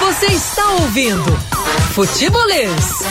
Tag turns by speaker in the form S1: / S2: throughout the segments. S1: Você está ouvindo Futebolês.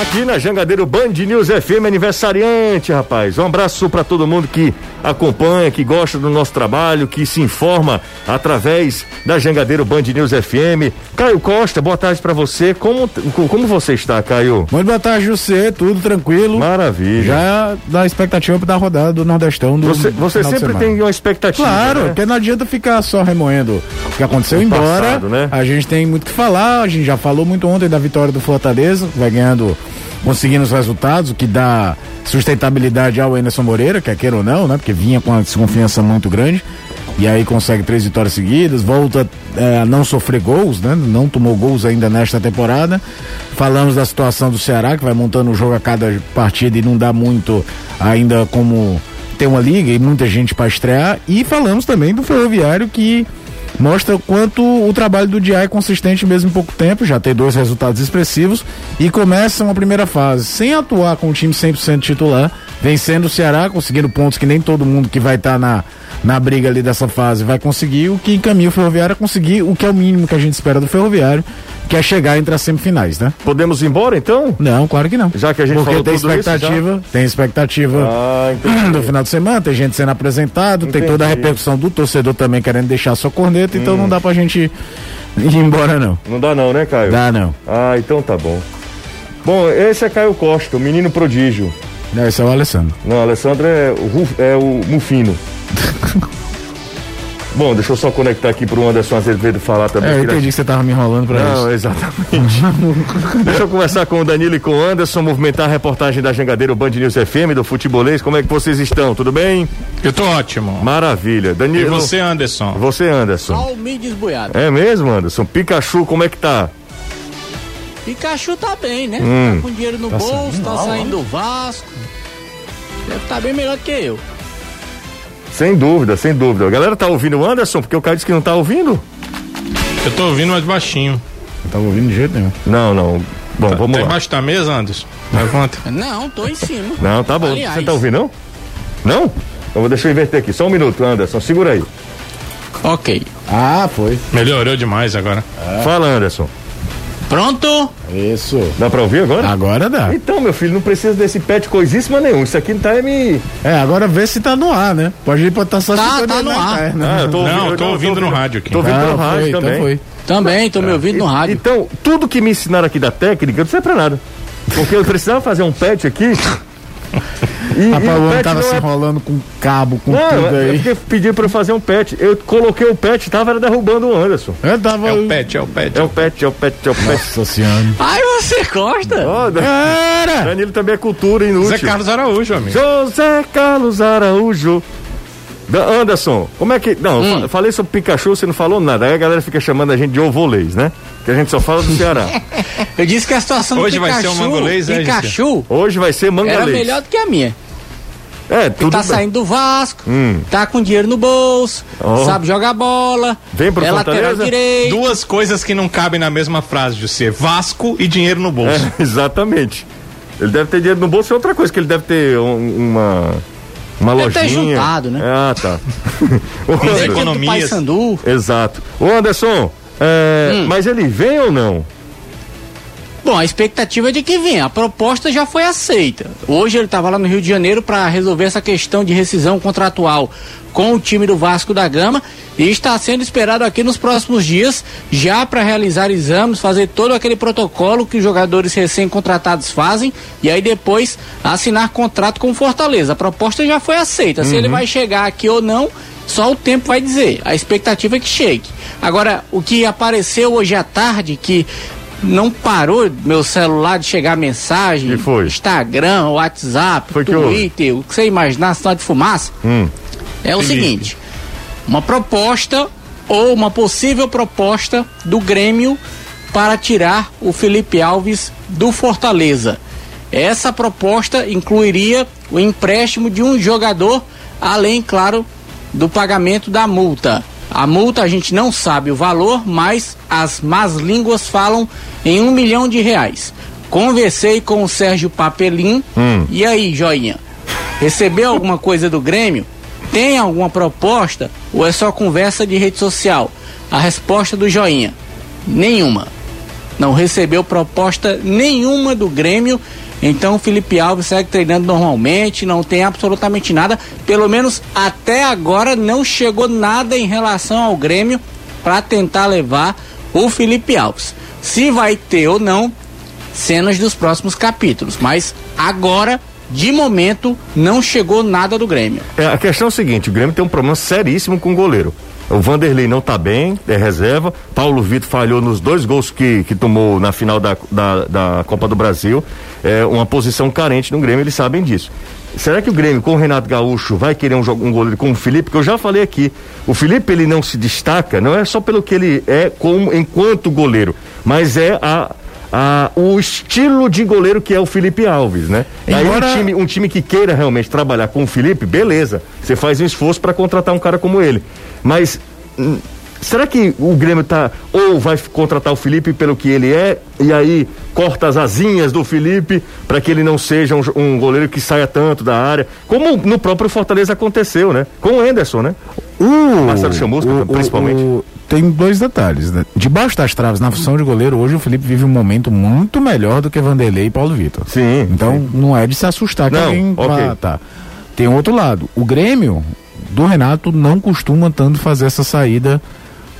S2: Aqui na Jangadeiro Band News FM aniversariante, rapaz. Um abraço para todo mundo que acompanha, que gosta do nosso trabalho, que se informa através da Jangadeiro Band News FM. Caio Costa, boa tarde para você. Como, como você está, Caio?
S3: Muito boa tarde, José. Tudo tranquilo?
S2: Maravilha.
S3: Já na expectativa da rodada do Nordestão do
S2: Você, você
S3: final de
S2: sempre
S3: semana.
S2: tem uma expectativa.
S3: Claro,
S2: né?
S3: porque não adianta ficar só remoendo o que aconteceu,
S2: O
S3: embora
S2: passado, né?
S3: a gente tem muito o que falar, a gente já falou muito ontem da vitória do Fortaleza, vai ganhando, conseguindo os resultados, o que dá sustentabilidade ao Enerson Moreira, quer queira ou não, né? Porque vinha com uma desconfiança muito grande, e aí consegue três vitórias seguidas, volta eh, a não sofrer gols, né? Não tomou gols ainda nesta temporada. Falamos da situação do Ceará, que vai montando o jogo a cada partida e não dá muito ainda como tem uma liga e muita gente para estrear. E falamos também do Ferroviário que mostra o quanto o trabalho do Diá é consistente mesmo em pouco tempo, já tem dois resultados expressivos e começa uma primeira fase sem atuar com o time 100% titular, vencendo o Ceará, conseguindo pontos que nem todo mundo que vai estar na na briga ali dessa fase vai conseguir, o que encaminha o Ferroviário a conseguir o que é o mínimo que a gente espera do Ferroviário, que é chegar entre as semifinais, né?
S2: Podemos ir embora então?
S3: Não, claro que não.
S2: Já que a gente
S3: Porque
S2: falou
S3: tem
S2: tudo isso,
S3: expectativa, tem expectativa
S2: Ah, entendi.
S3: do final de semana, tem gente sendo apresentado, tem toda a
S2: Entendi.
S3: repercussão do torcedor também querendo deixar sua corneta, então não dá pra gente ir embora não.
S2: Não dá não, né, Caio?
S3: Dá não.
S2: Ah, então tá bom. Bom, esse é Caio Costa, o menino prodígio.
S3: Não, esse é o Alessandro.
S2: Não, Alessandro é o, Ruf- é o Mufino. Bom, deixa eu só conectar aqui pro Anderson Azevedo falar também.
S3: É, eu
S2: Tirar-
S3: entendi que você tava me enrolando pra
S2: Não,
S3: isso.
S2: exatamente. deixa eu conversar com o Danilo e com o Anderson, movimentar a reportagem da Jangadeiro Band News FM, do Futebolês. Como é que vocês estão? Tudo bem?
S4: Eu tô ótimo.
S2: Maravilha.
S4: E
S2: Danilo.
S4: você, Anderson?
S2: Você, Anderson.
S5: Almides Boiada.
S2: É mesmo, Anderson? Pikachu, como é que tá?
S5: Pikachu tá bem, né?
S2: Hum.
S5: Tá com dinheiro no bolso, tá saindo do Vasco. Deve tá bem melhor que eu.
S2: Sem dúvida, sem dúvida. A galera tá ouvindo o Anderson, porque o cara disse que não tá ouvindo?
S4: Eu tô ouvindo mais baixinho.
S3: Não tava ouvindo de jeito nenhum.
S2: Não, não. Bom, vamos
S4: tá
S2: lá.
S4: embaixo da mesa, Anderson? Levanta.
S5: Não, tô em cima.
S2: Não, tá bom.
S5: Aliás.
S2: Você tá ouvindo, não? Não? Eu vou deixar eu inverter aqui. Só um minuto, Anderson. Segura aí.
S5: Ok.
S3: Ah, foi.
S4: Melhorou demais agora.
S2: Fala, Anderson.
S5: Pronto?
S3: Isso.
S2: Dá pra ouvir agora?
S3: Agora dá.
S2: Então, meu filho, não precisa desse pet coisíssima nenhum. Isso aqui não tá me.
S3: É, agora vê se tá no ar, né? Pode ir pra tá só
S5: Tá,
S3: se
S5: tá no ar.
S2: Ah, eu tô
S4: Não,
S2: eu
S4: tô ouvindo no rádio aqui. É
S2: Tô ouvindo no rádio
S3: então
S2: também.
S3: foi.
S5: Também, tô me ouvindo no
S2: E-
S5: rádio.
S2: Então, tudo que me ensinaram aqui da técnica, eu não sei pra nada. Porque eu precisava fazer um pet aqui. E, e
S3: Rapaz, o
S2: o
S3: homem
S2: pet
S3: tava
S2: não
S3: se
S2: é
S3: enrolando com cabo, com
S2: Não,
S3: tudo
S2: é
S3: aí.
S2: porque pediram pra eu fazer um pet. Eu coloquei o pet, tava era derrubando o Anderson.
S3: Eu tava.
S4: É o pet, é o pet.
S2: É o pet, é o pet, é o pet.
S3: Nossa senhora.
S5: Ai, você gosta?
S2: Ó, Dan-
S3: Cara!
S2: Danilo também é cultura
S4: Zé
S2: inútil.
S4: Carlos Araújo, amigo.
S2: José Carlos Araújo. Da- Anderson, como é que. Não, eu
S5: Hum.
S2: fa- falei sobre Pikachu, você não falou nada. Aí a galera fica chamando a gente de ovolês, né? Que a gente só fala do Ceará.
S5: Eu disse que a situação
S4: Hoje
S5: do
S4: vai
S5: Pikachu,
S4: ser o mangolês, né,
S5: Pikachu
S2: Hoje vai ser
S5: era
S2: mangalês.
S5: melhor do que a minha.
S2: É, tudo
S5: tá
S2: bem.
S5: saindo do Vasco,
S2: Hum.
S5: tá com dinheiro no bolso,
S2: Ó.
S5: sabe jogar bola,
S2: Vem pro
S5: é lateral
S2: Fortaleza?
S5: direito.
S4: Duas coisas que não cabem na mesma frase, José. Vasco e dinheiro no bolso.
S2: É, exatamente. Ele deve ter dinheiro no bolso é outra coisa, que ele deve ter um- uma. Uma
S5: Deve ter
S2: lojinha.
S5: juntado, né?
S2: Ah, tá.
S5: Tem
S2: Ô, Anderson,
S5: dinheiro do
S4: economias.
S5: Paysandu.
S2: Exato. Ô, Anderson, é,
S5: Hum.
S2: mas ele vem ou não?
S5: Bom, a expectativa é de que venha. A proposta já foi aceita. Hoje ele estava lá no Rio de Janeiro para resolver essa questão de rescisão contratual com o time do Vasco da Gama e está sendo esperado aqui nos próximos dias já para realizar exames, fazer todo aquele protocolo que os jogadores recém-contratados fazem e aí depois assinar contrato com o Fortaleza. A proposta já foi aceita. Se ele vai chegar aqui ou não, só o tempo vai dizer. A expectativa é que chegue. Agora, o que apareceu hoje à tarde, que não parou meu celular de chegar mensagem,
S2: Que foi?
S5: Instagram, WhatsApp,
S2: Foi que
S5: Twitter, o que você imaginar, sinal de fumaça,
S2: Hum.
S5: é o
S4: Felipe.
S5: seguinte: uma proposta ou uma possível proposta do Grêmio para tirar o Felipe Alves do Fortaleza. Essa proposta incluiria o empréstimo de um jogador, além, claro, do pagamento da multa. A multa a gente não sabe o valor, mas as más línguas falam em um milhão de reais. Conversei com o Sérgio Papelim. E aí, joinha? Recebeu alguma coisa do Grêmio? Tem alguma proposta? Ou é só conversa de rede social? A resposta do joinha. Nenhuma. Não recebeu proposta nenhuma do Grêmio. Então o Felipe Alves segue treinando normalmente, não tem absolutamente nada. Pelo menos até agora não chegou nada em relação ao Grêmio para tentar levar o Felipe Alves. Se vai ter ou não, cenas dos próximos capítulos. Mas agora, de momento, não chegou nada do Grêmio.
S2: É, a questão é o seguinte: o Grêmio tem um problema seríssimo com o goleiro. O Vanderlei não tá bem, é reserva. Paulo Vitor falhou nos dois gols que, que tomou na final da, da, da Copa do Brasil. É uma posição carente no Grêmio, eles sabem disso. Será que o Grêmio com o Renato Gaúcho vai querer um, jogo- um goleiro como o Felipe? Porque eu já falei aqui, o Felipe ele não se destaca, não é só pelo que ele é como enquanto goleiro, mas é a, a- Ah, o estilo de goleiro que é o Felipe Alves, né? Aí um
S3: Embora-
S2: time, um time que queira realmente trabalhar com o Felipe, beleza, você faz um esforço para contratar um cara como ele. Mas hum, será que o Grêmio tá ou vai f- contratar o Felipe pelo que ele é e aí corta as asinhas do Felipe para que ele não seja um, jo- um goleiro que saia tanto da área, como no próprio Fortaleza aconteceu, né? Com o Enderson, né?
S3: Uh, O
S2: Marcelo Chamusca, principalmente.
S3: tem dois detalhes, né? Debaixo das traves, na função de goleiro, hoje o Felipe vive um momento muito melhor do que Vanderlei e Paulo Vitor.
S2: Sim,
S3: Então não é de se assustar que
S2: Não,
S3: alguém vá-
S2: ok.
S3: tá. Tem outro lado. O Grêmio do Renato não costuma tanto fazer essa saída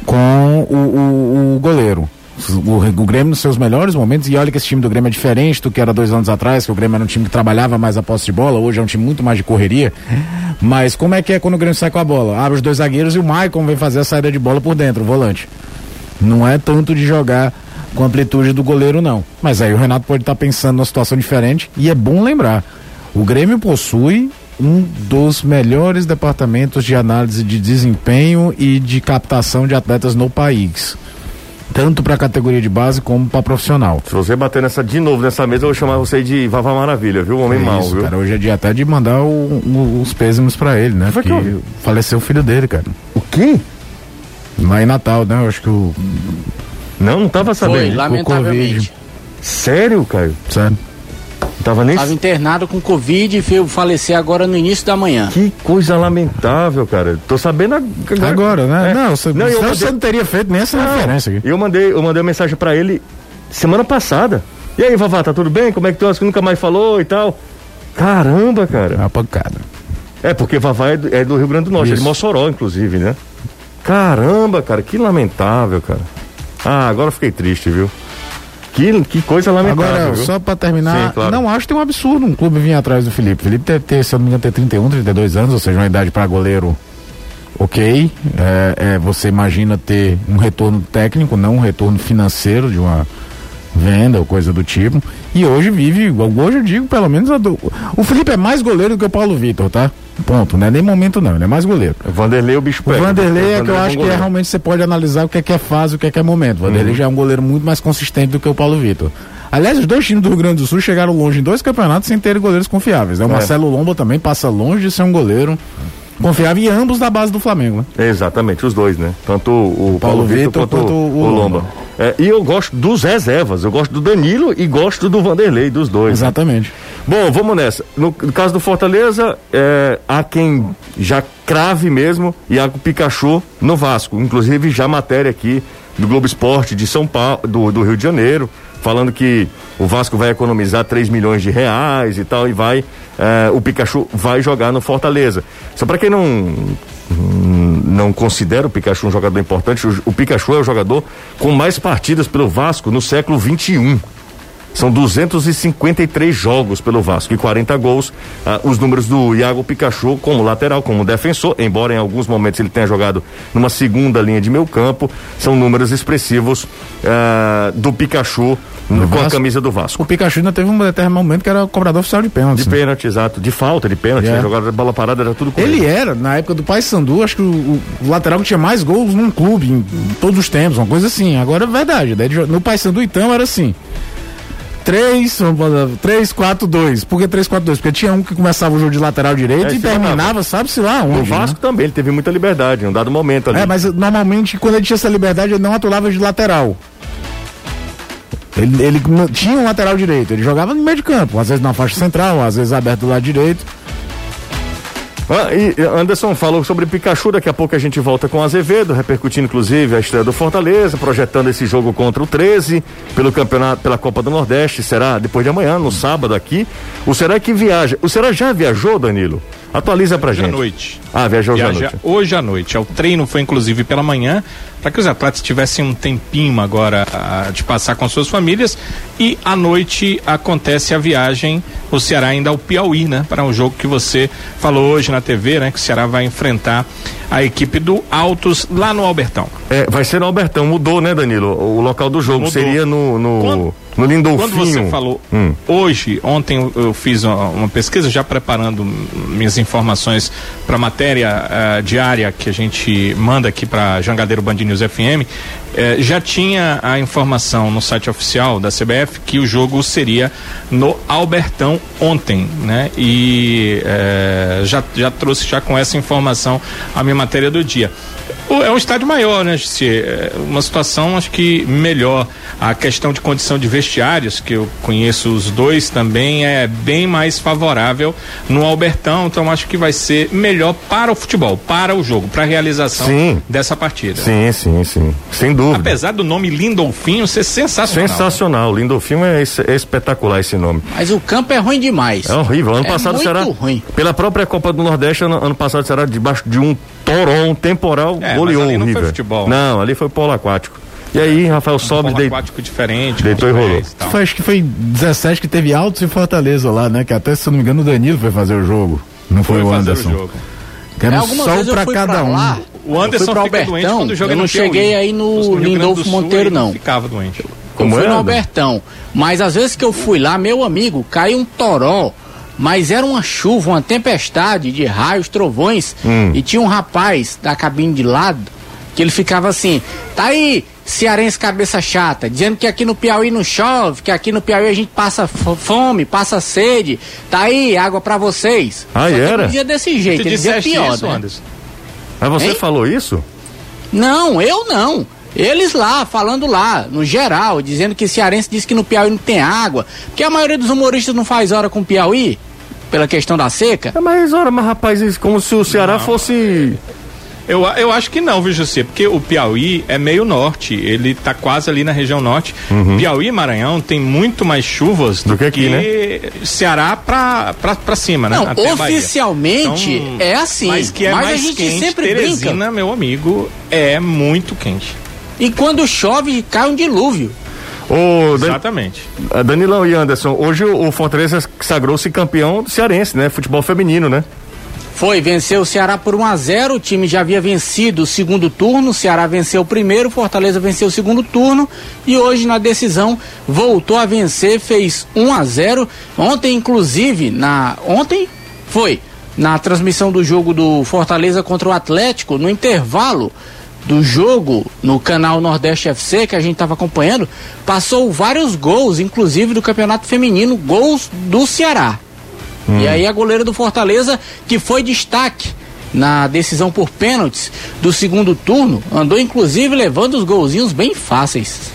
S3: com o, o- o goleiro. O, o Grêmio nos seus melhores momentos, e olha que esse time do Grêmio é diferente do que era dois anos atrás, que o Grêmio era um time que trabalhava mais a posse de bola, hoje é um time muito mais de correria. Mas como é que é quando o Grêmio sai com a bola? Abre os dois zagueiros e o Maicon vem fazer a saída de bola por dentro, o volante. Não é tanto de jogar com a amplitude do goleiro, não. Mas aí o Renato pode estar pensando numa situação diferente e é bom lembrar. O Grêmio possui um dos melhores departamentos de análise de desempenho e de captação de atletas no país. Tanto para a categoria de base como para profissional.
S2: Se você bater nessa de novo nessa mesa, eu vou chamar você de Vavá Maravilha, viu? Um Homem
S3: É
S2: mau,
S3: isso,
S2: viu?
S3: cara. Hoje é dia até de mandar o- o- os pêsames para ele, né?
S2: Foi que
S3: Porque
S2: eu-
S3: faleceu o filho dele, cara.
S2: O quê?
S3: Lá em Natal, né? Eu acho que o.
S2: Não, não tava
S5: Foi,
S2: sabendo.
S5: lamentavelmente.
S2: Sério, Caio?
S3: Sério?
S2: Não tava nem
S5: Estava internado com Covid e veio falecer agora no início da manhã.
S2: Que coisa lamentável, cara. Tô sabendo agora.
S3: Agora, né?
S2: É.
S3: Não, você
S2: Não,
S3: não,
S2: eu
S3: você
S2: mandei-
S3: não teria feito nem essa
S2: Não,
S3: referência aqui.
S2: Eu mandei, eu mandei uma mensagem pra ele semana passada. E aí, Vavá, tá tudo bem? Como é que tu acha que nunca mais falou e tal? Caramba,
S3: É
S2: cara.
S3: uma pancada.
S2: É, porque Vavá é do, é do Rio Grande do Norte, é de
S3: Isso.
S2: Mossoró, inclusive, né? Caramba, cara, que lamentável, cara. Ah, agora eu fiquei triste, viu? Que, que coisa lamentável.
S3: Agora,
S2: viu?
S3: só pra terminar,
S2: Sim, claro.
S3: não acho que tem um absurdo um clube vir atrás do Felipe. O Felipe deve ter, se eu não me engano, ter 31, 32 anos, ou seja, uma idade pra goleiro ok. É, é, você imagina ter um retorno técnico, não um retorno financeiro de uma venda ou coisa do tipo. E hoje vive, hoje eu digo, pelo menos a do... O Felipe é mais goleiro do que o Paulo Vitor, tá? Ponto, não é nem momento não, ele é mais goleiro.
S2: Vanderlei o bicho
S3: O
S2: pega. né?
S3: Vanderlei é que eu
S2: um bom
S3: acho que é,
S2: goleiro. Uhum.
S3: realmente você pode analisar o que é que é fase, o que é que é momento. O Vanderlei já é um goleiro muito mais consistente do que o Paulo Vitor. Aliás, os dois times do Rio Grande do Sul chegaram longe em dois campeonatos sem terem goleiros confiáveis. Né? O
S2: É.
S3: Marcelo Lomba também passa longe de ser um goleiro confiável e ambos da base do Flamengo. Né?
S2: É, Exatamente, os dois, né? Tanto o, o Paulo,
S3: Paulo
S2: Vitor
S3: Vitor
S2: quanto,
S3: quanto
S2: o
S3: o
S2: Lomba.
S3: Lomba.
S2: É, e eu gosto dos reservas, eu gosto do Danilo e gosto do Vanderlei, dos dois. né?
S3: Exatamente.
S2: Bom, vamos nessa. No, no caso do Fortaleza, é, há quem já crave mesmo Iago Pikachu no Vasco. Inclusive, já matéria aqui do Globo Esporte de São Paulo, do, do Rio de Janeiro, falando que o Vasco vai economizar 3 milhões de reais e tal, e vai. é, o Pikachu vai jogar no Fortaleza. Só para quem não Hum, não considero o Pikachu um jogador importante. O, o Pikachu é o jogador com mais partidas pelo Vasco no século 21. São 253 jogos pelo Vasco e 40 gols. Ah, os números do Iago Pikachu como lateral, como defensor, embora em alguns momentos ele tenha jogado numa segunda linha de meio campo, são números expressivos ah, do Pikachu no- com a
S3: Vasco?
S2: camisa do Vasco.
S3: O Pikachu ainda teve um determinado momento que era cobrador oficial de pênalti.
S2: De
S3: né?
S2: pênalti, exato. De falta, de pênalti.
S3: É.
S2: né? Jogada de bola parada, era tudo com
S3: Ele era, na época do Paysandu, acho que o, o lateral que tinha mais gols num clube, em, em todos os tempos, uma coisa assim. Agora é verdade. daí de jo- No Paysandu, então, era assim. 3, 3, 4, 2. Por que 3, 4, 2? Porque tinha um que começava o jogo de lateral direito
S2: É,
S3: e
S2: isso eu falava.
S3: terminava, sabe-se lá onde.
S2: O Vasco também, ele teve muita liberdade em um dado momento ali.
S3: né? É, mas eh, normalmente quando ele tinha essa liberdade, ele não atulava de lateral. Ele, ele não- tinha um lateral direito, ele jogava no meio de campo, às vezes na faixa central, às vezes aberto do lado direito.
S2: Ah, e Anderson falou sobre Pikachu, daqui a pouco a gente volta com Azevedo, repercutindo inclusive a estreia do Fortaleza, projetando esse jogo contra o 13 pelo campeonato, pela Copa do Nordeste, será depois de amanhã, no sábado aqui. O Será que viaja? O Será já viajou, Danilo? Atualiza pra
S4: Hoje à
S2: gente.
S4: noite.
S2: Ah, viajou hoje à
S4: Viaja
S2: noite.
S4: hoje à noite. O treino foi inclusive pela manhã, para que os atletas tivessem um tempinho agora ah, de passar com suas famílias. E à noite acontece a viagem, o Ceará ainda ao Piauí, né? Para um jogo que você falou hoje na TV, né? Que o Ceará vai enfrentar a equipe do Altos lá no Albertão.
S2: É, vai ser no Albertão, mudou, né, Danilo? O local do jogo
S4: Mudou.
S2: seria no, no,
S4: Quando-
S2: no Lindolfinho.
S4: Quando você falou
S2: Hum.
S4: hoje, ontem eu, eu fiz uma, uma pesquisa já preparando hum, minhas informações para a matéria ah, diária que a gente manda aqui para Jangadeiro Band News FM. eh, já tinha a informação no site oficial da CBF que o jogo seria no Albertão ontem, né? E eh, já, já trouxe já com essa informação a minha matéria do dia. O- É um estádio maior, né, Jussi? É Uma situação, acho que melhor. A questão de condição de vestiários, que eu conheço os dois também, é bem mais favorável no Albertão. Então, acho que vai ser melhor para o futebol, para o jogo, para a realização
S2: Sim.
S4: dessa partida.
S2: Sim, sim, sim. Sem dúvida.
S4: Apesar do nome Lindolfinho ser sensacional. né?
S2: Sensacional. Lindolfinho é, es- é espetacular esse nome.
S5: Mas o campo é ruim demais.
S2: É horrível. Ano
S5: É
S2: passado
S5: muito
S2: será.
S5: ruim.
S2: Pela própria Copa do Nordeste, ano, ano passado será debaixo de um toró, um temporal,
S4: É, mas
S2: goleou
S4: ali
S2: o
S4: não foi
S2: River.
S4: futebol.
S2: Não, ali foi polo aquático. E aí, Rafael Sobres
S4: Um
S2: dei...
S4: aquático diferente.
S2: deitou
S4: com
S2: e
S4: os
S2: rolou.
S4: pés e tal.
S3: Foi, acho que foi 17 que teve Altos e Fortaleza lá, né? Que até, se eu não me engano, o Danilo foi fazer o jogo. Não foi,
S4: Foi
S3: o
S4: fazer
S3: Anderson.
S4: o jogo.
S3: Quero
S5: É, alguma
S3: sol
S5: vez eu
S3: pra
S5: fui
S3: cada
S5: pra
S3: um.
S5: lá.
S4: O
S5: Eu fui
S4: Anderson
S5: pro
S4: fica doente
S5: Albertão,
S4: quando joga
S5: eu
S4: no
S5: não
S4: Piauí.
S5: cheguei aí no
S4: Rio Grande do
S5: Lindolfo
S4: Sul, ele
S5: Monteiro, não.
S4: Ficava doente.
S2: Como
S5: eu fui
S2: é,
S5: no
S2: Anderson?
S5: Albertão. Mas às vezes que eu fui lá, meu amigo, caiu um toró. Mas era uma chuva, uma tempestade de raios, trovões. E tinha um rapaz da cabine de lado que ele ficava assim: tá aí, cearense cabeça chata, dizendo que aqui no Piauí não chove, que aqui no Piauí a gente passa fo- fome, passa sede. Tá aí, água pra vocês.
S2: Ah,
S5: Só que ele
S2: era?
S5: não dizia desse jeito,
S4: Você
S5: ele dizia
S4: disseste
S5: pior.
S4: isso,
S5: né?
S4: Anderson?
S2: Mas você
S5: Hein?
S2: falou isso?
S5: Não, eu não. Eles lá, falando lá, no geral, dizendo que cearense diz que no Piauí não tem água. Porque a maioria dos humoristas não faz hora com o Piauí, pela questão da seca.
S2: É, mas ora, mas rapaz, isso- como se o Ceará fosse.
S4: Eu, a- eu acho que não, viu, José? Porque o Piauí é meio norte, ele tá quase ali na região norte. Piauí e Maranhão tem muito mais chuvas
S2: Uhum. Do que aqui, né?
S4: Ceará pra, pra, pra cima, né?
S5: Não,
S4: Até a Bahia.
S5: oficialmente é assim,
S4: Mas que é
S5: mas a
S4: mais
S5: gente
S4: quente,
S5: sempre
S4: Teresina,
S5: brinca.
S4: meu amigo, é muito quente.
S5: E quando chove, cai um dilúvio.
S2: Ô, Dan-
S4: Exatamente.
S2: Ah, Danilão e Anderson, hoje o o Fortaleza sagrou-se campeão cearense, né? Futebol feminino, né?
S5: Foi, venceu o Ceará por 1 a 0 O time já havia vencido o segundo turno. O Ceará venceu o primeiro, o Fortaleza venceu o segundo turno. E hoje, na decisão, voltou a vencer, fez 1 a 0 Ontem, inclusive, na. Ontem foi. Na transmissão do jogo do Fortaleza contra o Atlético, no intervalo do jogo no canal Nordeste FC que a gente estava acompanhando, passou vários gols, inclusive do Campeonato Feminino, gols do Ceará. E aí a goleira do Fortaleza, que foi destaque na decisão por pênaltis do segundo turno, andou inclusive levando os golzinhos bem fáceis.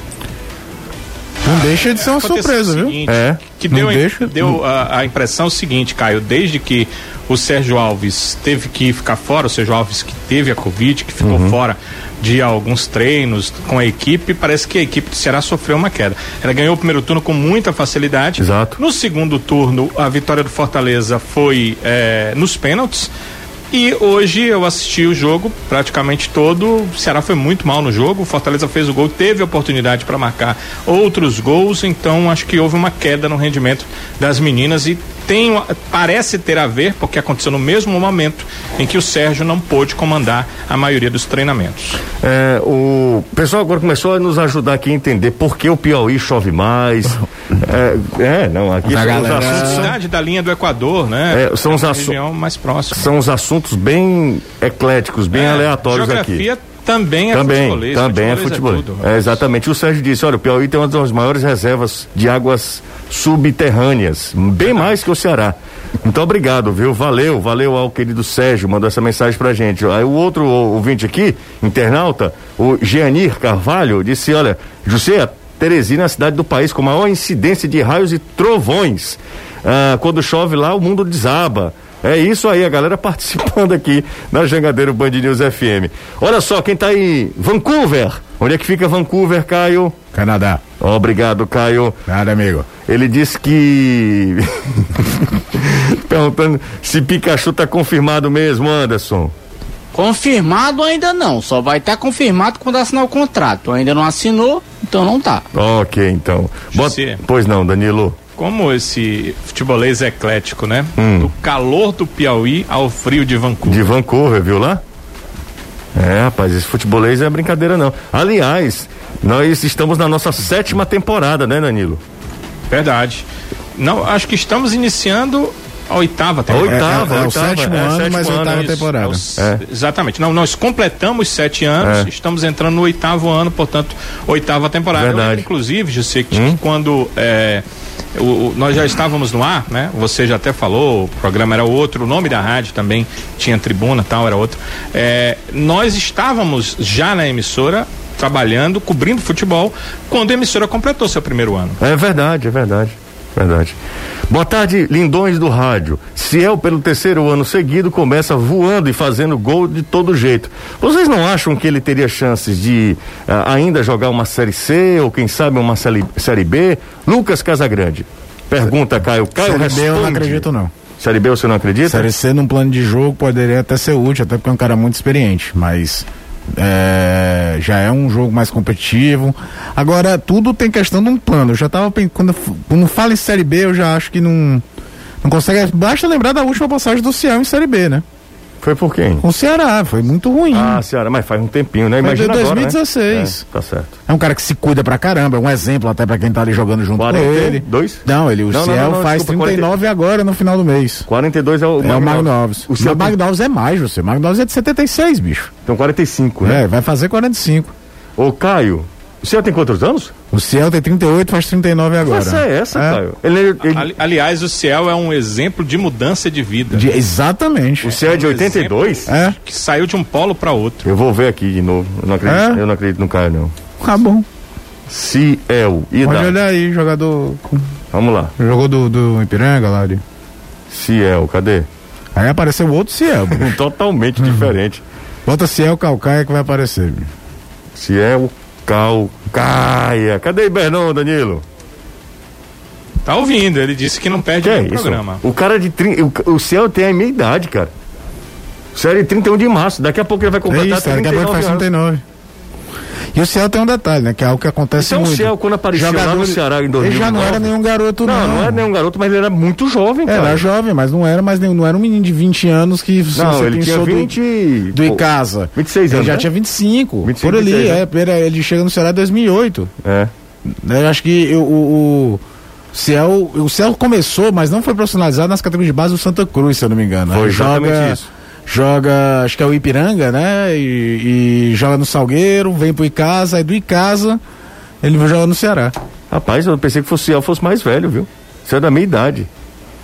S3: Não deixa de ser uma
S4: Aconteceu
S3: surpresa,
S4: o
S3: viu?
S4: seguinte,
S2: É.
S4: Que
S3: Não
S4: deu, a-
S3: deixa-
S4: deu a, a impressão seguinte, Caio, desde que o Sérgio Alves teve que ficar fora, o Sérgio Alves que teve a Covid, que ficou fora de alguns treinos com a equipe, parece que a equipe do Ceará sofreu uma queda. Ela ganhou o primeiro turno com muita facilidade.
S2: Exato.
S4: No segundo turno, a vitória do Fortaleza foi eh, nos pênaltis. E hoje eu assisti o jogo praticamente todo. O Ceará foi muito mal no jogo. O Fortaleza fez o gol, teve oportunidade para marcar outros gols. Então acho que houve uma queda no rendimento das meninas e tem, parece ter a ver, porque aconteceu no mesmo momento em que o Sérgio não pôde comandar a maioria dos treinamentos.
S2: É, o pessoal agora começou a nos ajudar aqui a entender por que o Piauí chove mais. é, é, não, aqui
S3: Mas a
S2: são os,
S3: galera-
S2: assuntos, são-
S4: Cidade da linha do Equador, né?
S2: É, são os
S4: a
S2: assu-
S4: região mais próxima.
S2: são os assuntos bem ecléticos, bem
S4: É,
S2: aleatórios
S4: geografia
S2: aqui.
S4: também é
S2: também,
S4: futebolês,
S2: também é futebol.
S4: futebolês tudo, né?
S2: É,
S4: rapaz.
S2: exatamente. O Sérgio disse: olha, o Piauí tem uma das maiores reservas de águas subterrâneas, bem mais que o Ceará. Então, obrigado, viu? Valeu, valeu ao querido Sérgio, mandou essa mensagem pra gente. Aí o outro ouvinte aqui, internauta, o Gianir Carvalho, disse: olha, José, Teresina é a cidade do país com maior incidência de raios e trovões. Ah, quando chove lá, o mundo desaba. É isso aí, a galera participando aqui na Jangadeiro Band News FM. Olha só, quem tá em Vancouver. Onde é que fica Vancouver, Caio?
S3: Canadá.
S2: Obrigado, Caio.
S3: Nada, amigo.
S2: Ele disse que. Perguntando se Pikachu tá confirmado mesmo, Anderson.
S5: Confirmado ainda não, só vai estar confirmado quando assinar o contrato. Ainda não assinou, então não tá.
S2: Ok, então. Bota...
S4: José.
S2: Pois não, Danilo.
S4: Como esse futebolês é eclético, né?
S2: Hum.
S4: Do calor do Piauí ao frio de Vancouver.
S2: De Vancouver, viu lá? É, rapaz, esse futebolês é brincadeira não. Aliás, nós estamos na nossa sétima temporada, né, Danilo?
S4: Verdade. Não, acho que estamos iniciando a oitava temporada.
S2: Oitava,
S3: é, é o
S2: oitava,
S3: sétimo
S2: é,
S3: ano,
S2: sétimo
S3: mas
S2: ano,
S3: oitava
S2: isso.
S3: temporada.
S4: É o s- Exatamente. Não, nós completamos sete anos,
S2: É.
S4: estamos entrando no oitavo ano, portanto, oitava temporada. Eu
S2: Verdade.
S4: lembro, inclusive, José, que
S3: Hum?
S4: quando é, o- o- nós já estávamos no ar, né? Você já até falou, o programa era outro, o nome da rádio também tinha tribuna tal, era outro. É, nós estávamos já na emissora trabalhando, cobrindo futebol, quando a emissora completou seu primeiro ano.
S2: É verdade, é verdade. Verdade. Boa tarde, lindões do rádio. Ciel, pelo terceiro ano seguido, começa voando e fazendo gol de todo jeito. Vocês não acham que ele teria chances de ah, ainda jogar uma Série C ou, quem sabe, uma Série, série B? Lucas Casagrande. Pergunta, Caio. Caio
S3: Série B
S2: É responde.
S3: eu não acredito, não.
S2: Série B você não acredita?
S3: Série C num um plano de jogo poderia até ser útil, até porque é um cara muito experiente, mas é, já é um jogo mais competitivo. Agora, tudo tem questão de um plano. Eu já tava pen- quando, eu f- quando fala em Série B, eu já acho que não não consegue. Basta lembrar da última passagem do Ceará em Série B, né?
S2: Foi por quem?
S3: Com o Ceará, foi muito ruim.
S2: Ah, senhora, mas faz um tempinho, né?
S3: Foi É de
S2: Imagina agora, né?
S3: 2016.
S2: É, tá certo.
S3: É um cara que se cuida pra caramba, é um exemplo até pra quem tá ali jogando junto com
S2: 42?
S3: ele. Não, ele, o
S2: Não, não,
S3: Ciel
S2: não, não,
S3: faz
S2: desculpa,
S3: 39 agora no final do mês.
S2: 42 é o
S3: É o Magno Alves.
S2: O
S3: O
S2: seu
S3: Magno Alves é mais, você. O Magno Alves é de 76, bicho.
S2: Então 45, né?
S3: É, vai fazer 45.
S2: Ô, Caio, o senhor tem quantos anos?
S3: O Ciel tem 38, faz 39 agora.
S2: Essa é essa, Caio. Ele, ele-
S4: Ali- aliás, o Ciel é um exemplo de mudança de vida.
S3: De- exatamente.
S2: o senhor é de
S4: um
S2: 82?
S3: É,
S4: Que saiu de um polo para outro.
S2: Eu vou ver aqui de novo. Eu não acredito,
S3: É?
S2: eu não acredito no Caio, não.
S3: tá bom.
S2: Ciel,
S3: Pode
S2: idade.
S3: olhar aí, jogador. com-
S2: Vamos lá.
S3: Jogou do, do Ipiranga lá ali.
S2: Ciel, cadê?
S3: Aí apareceu outro Ciel. bicho.
S2: Totalmente diferente.
S3: Bota Ciel Calcaia que vai aparecer. bicho.
S2: Ciel, Calcaia. Cadê Bernão, Danilo?
S4: Tá ouvindo, ele disse que não perde
S2: Que é
S4: nenhum
S2: isso?
S4: um programa.
S2: O cara de 30. O, o Ciel tem a minha idade, cara. O Ciel é de 31 de março. Daqui a pouco ele vai
S3: É
S2: completar
S3: isso, cara, daqui a pouco
S2: 39
S3: faz
S2: anos.
S3: 39. E o Ciel tem um detalhe, né? Que é algo que acontece
S2: Então o
S3: muito.
S2: Ciel, quando apareceu lá no Ceará em
S3: Ele já não
S2: 2009,
S3: era nenhum É, garoto,
S2: Não, não era nenhum garoto, mas ele era muito jovem, cara.
S3: Era jovem, mas não era mais nenhum, não era um menino de 20 anos que se
S2: Não,
S3: você
S2: ele tinha
S3: pensou
S2: 20.
S3: do, do
S2: pô,
S3: Icasa.
S2: 26
S3: Ele
S2: anos,
S3: já
S2: né?
S3: tinha 25,
S2: 25,
S3: por ali,
S2: 26, né?
S3: é, pera- ele chega no Ceará em 2008.
S2: É.
S3: né? Eu acho que eu- o, o Ciel, o Ciel começou, mas não foi profissionalizado nas categorias de base do Santa Cruz, se eu não me engano.
S2: Foi
S3: Ele
S2: exatamente
S3: joga,
S2: isso.
S3: Joga, acho que é o Ipiranga, né? E, e joga no Salgueiro, vem pro Icasa, aí do Icasa ele joga no Ceará.
S2: Rapaz, eu pensei que fosse Ciel fosse mais velho, viu? Ciel é da minha idade.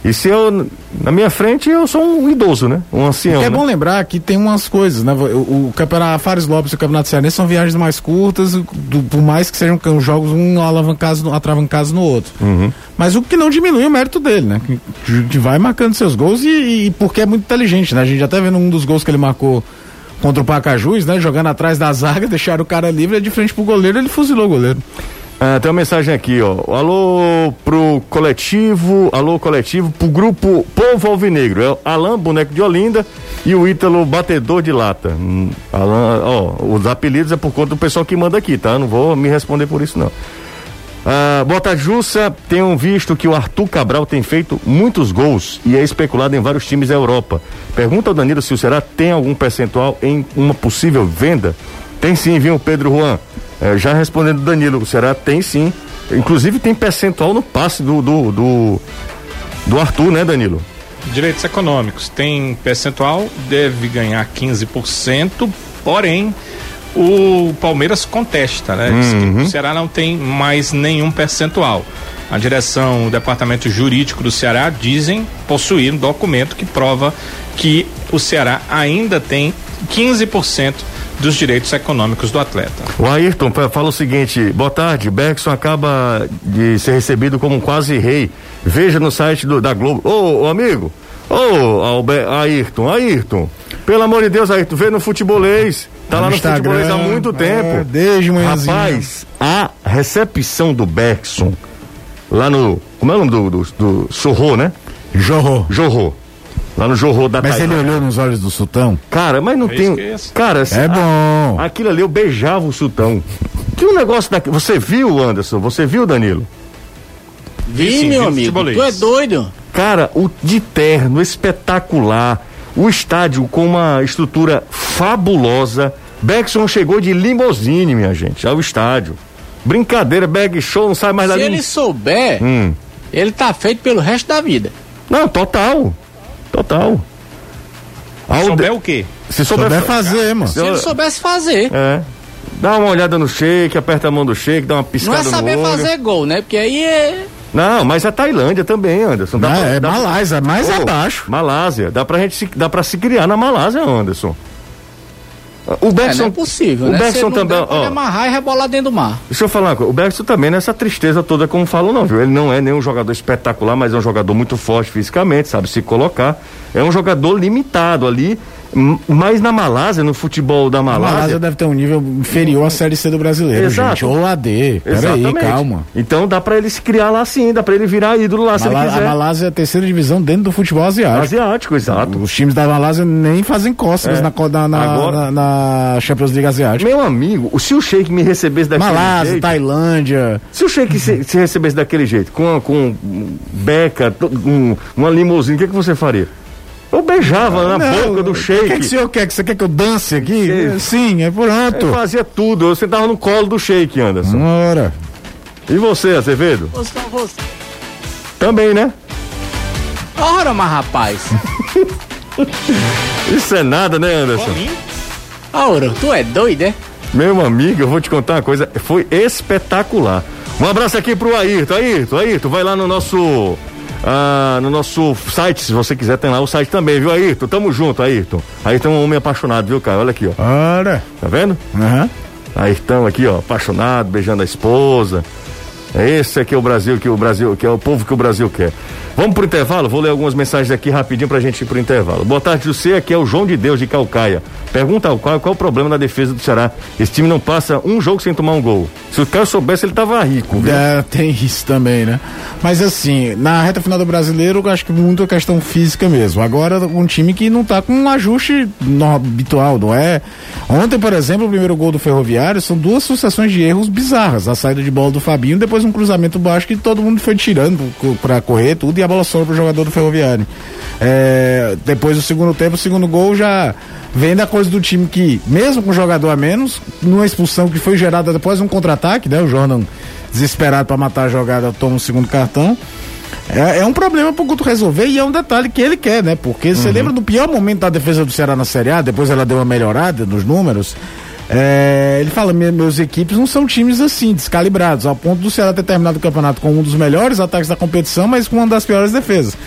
S2: E se eu, na minha frente, eu sou um idoso, né? Um ancião.
S3: Porque é
S2: né?
S3: bom lembrar que tem umas coisas, né? O, o campeonato Fares Lopes e o campeonato cearense são viagens mais curtas, do- por mais que sejam cam- jogos um alavancados, no- atravancados no outro. Mas o que não diminui o mérito dele, né? Que, que- que vai marcando seus gols e, e porque é muito inteligente, né? A gente já tá vendo um dos gols que ele marcou contra o Pacajus, né? Jogando atrás da zaga, deixaram o cara livre, de frente pro goleiro, ele fuzilou o goleiro.
S2: Ah, tem uma mensagem aqui, ó. Alô pro coletivo, alô coletivo, pro grupo Povo Alvinegro. É o Alan, boneco de Olinda, e o Ítalo, batedor de lata. Hum, Alan, ó, os apelidos é por conta do pessoal que manda aqui, tá? Não vou me responder por isso, não. Ah, Bota Jussa, tenham visto que o Arthur Cabral tem feito muitos gols e é especulado em vários times da Europa. Pergunta ao Danilo se o Ceará tem algum percentual em uma possível venda? Tem sim, viu, Pedro Juan? Eh, já respondendo o Danilo, o Ceará tem sim. Inclusive tem percentual no passe do, do, do, do Arthur, né, Danilo?
S4: Direitos econômicos tem percentual, deve ganhar 15%, porém o Palmeiras contesta, né? Diz que
S2: Uhum.
S4: o Ceará não tem mais nenhum percentual. A direção, o departamento jurídico do Ceará dizem possuir um documento que prova que o Ceará ainda tem 15% dos direitos econômicos do atleta.
S2: O Ayrton fa- fala o seguinte: boa tarde, Bergson acaba de ser recebido como um quase rei. Veja no site do- da Globo. Ô, ô, amigo, Ô, Alber- Ayrton, Ayrton, pelo amor de Deus, Ayrton, vê no futebolês. Tá lá no
S3: Instagram,
S2: futebolês há muito
S3: é, um
S2: tempo.
S3: desde manhãzinha.
S2: Rapaz, a recepção do Bergson lá no. Como é o nome do. do, do Sorro, né?
S3: Jorrou.
S2: Jorro. Lá no Jorro da
S3: Mas ele
S2: Tailândia.
S3: olhou nos olhos do sultão.
S2: Cara, mas não
S4: Eu
S2: tem.
S4: esqueço.
S2: Cara, assim,
S3: É
S2: a-
S3: bom.
S2: aquilo ali eu beijava o sultão. Que um negócio daquele. Você viu, Anderson? Você viu, Danilo?
S5: Vi,
S4: sim, vi
S5: meu
S4: no
S5: amigo.
S4: futebolês.
S5: Tu é doido?
S2: Cara, o de terno espetacular, o estádio com uma estrutura fabulosa. Beckson chegou de limusine, minha gente, ao estádio. Brincadeira, Berg Show não sai mais
S5: Se
S2: dali.
S5: ele souber,
S2: Hum.
S5: ele tá feito pelo resto da vida.
S2: Não, total. Total. Alde-
S4: Souber o quê?
S2: Se souber,
S3: Souber
S2: fa-
S3: é fazer, mano.
S5: Se ele soubesse fazer.
S2: É. Dá uma olhada no shake, aperta a mão do shake, dá uma
S5: Não
S2: piscada
S5: é saber
S2: no olho.
S5: fazer gol, né? Porque aí é.
S2: Não, mas a Tailândia também, Anderson. Dá
S3: Não,
S2: pra-
S3: é
S2: dá pra-
S3: Malásia, mais
S2: Ô,
S3: abaixo.
S2: Malásia. Dá pra gente se, dá pra se criar na Malásia, Anderson. Ah, O
S5: é,
S2: Bergson,
S5: não é possível,
S2: o
S5: né?
S2: Bergson
S5: Se ele não
S2: também,
S5: der, pode
S2: ó.
S5: amarrar e rebolar dentro do mar.
S2: Deixa eu falar uma coisa. O Bergson também não é essa tristeza toda como falam, não, viu? Ele não é nenhum jogador espetacular, mas é um jogador muito forte fisicamente, sabe se colocar. É um jogador limitado ali, m- mas na Malásia, no futebol da
S3: A
S2: Malásia.
S3: Malásia deve ter um nível inferior à Série C do brasileiro,
S2: é- Exato.
S3: gente. Ou AD. Peraí, calma.
S2: Então dá pra ele se criar lá sim, dá pra ele virar ídolo lá se
S3: Malá-
S2: ele
S3: a
S2: quiser.
S3: Malásia é a terceira divisão dentro do futebol asiático.
S2: Asiático, exato.
S3: Os times da Malásia nem fazem cócegas
S2: É.
S3: na, co- na, na-
S2: Agora-
S3: na- na Champions League Asiática.
S2: Meu amigo, o- se o Sheik me recebesse daquele
S3: Malásia,
S2: jeito,
S3: Tailândia.
S2: se o Sheik se, se recebesse daquele jeito, com, com um beca, to- um- uma limusine, o que, que você faria? Eu beijava Tá na
S3: Não,
S2: boca do
S3: O que,
S2: Sheik.
S3: que o senhor quer? Que Você quer que eu dance aqui?
S2: Sim.
S3: Sim, é pronto.
S2: Eu fazia tudo, eu sentava no colo do Sheik, Anderson.
S3: Ora.
S2: E você, Azevedo?
S5: Oscar, você.
S2: Também, né?
S5: Ora, mas rapaz.
S2: Isso é nada, né, Anderson?
S5: Ora, tu é doido, é?
S2: Meu amigo, eu vou te contar uma coisa, foi espetacular. Um abraço aqui pro Ayrton, Ayrton, Ayrton, vai lá no nosso ah, no nosso site, se você quiser, tem lá o site também, viu, Ayrton? Tamo junto, Ayrton. Ayrton é um homem apaixonado, viu, cara? Olha aqui, ó.
S3: Ora.
S2: Tá vendo?
S3: Aham.
S2: Ayrton aqui, ó, apaixonado, beijando a esposa. Esse aqui é o Brasil que o Brasil que é o povo que o Brasil quer. Vamos pro intervalo? Vou ler algumas mensagens aqui rapidinho pra gente ir pro intervalo. Boa tarde, José, aqui é o João de Deus de Calcaia. Pergunta ao qual qual o problema da defesa do Ceará? Esse time não passa um jogo sem tomar um gol. Se o cara soubesse, ele tava rico, viu?
S3: É, tem isso também, né? Mas assim, na reta final do brasileiro, eu acho que muito é questão física mesmo. Agora, um time que não tá com um ajuste no- habitual, não é? Ontem, por exemplo, o primeiro gol do Ferroviário são duas sucessões de erros bizarras. A saída de bola do Fabinho, depois um cruzamento baixo que todo mundo foi tirando co- pra correr tudo e a bola sobra pro jogador do Ferroviário. É, depois do segundo tempo, o segundo gol já vem da coisa do time que, mesmo com um jogador a menos, numa expulsão que foi gerada depois de um contra-ataque, né? O Jordan desesperado para matar a jogada, toma o segundo cartão. É, é um problema pro Guto resolver e é um detalhe que ele quer, né? Porque você lembra do pior momento da defesa do Ceará na Série A, depois ela deu uma melhorada nos números. É, ele fala: "Me- meus equipes não são times assim, descalibrados, ao ponto do Ceará ter terminado o campeonato com um dos melhores ataques da competição, mas com uma das piores defesas.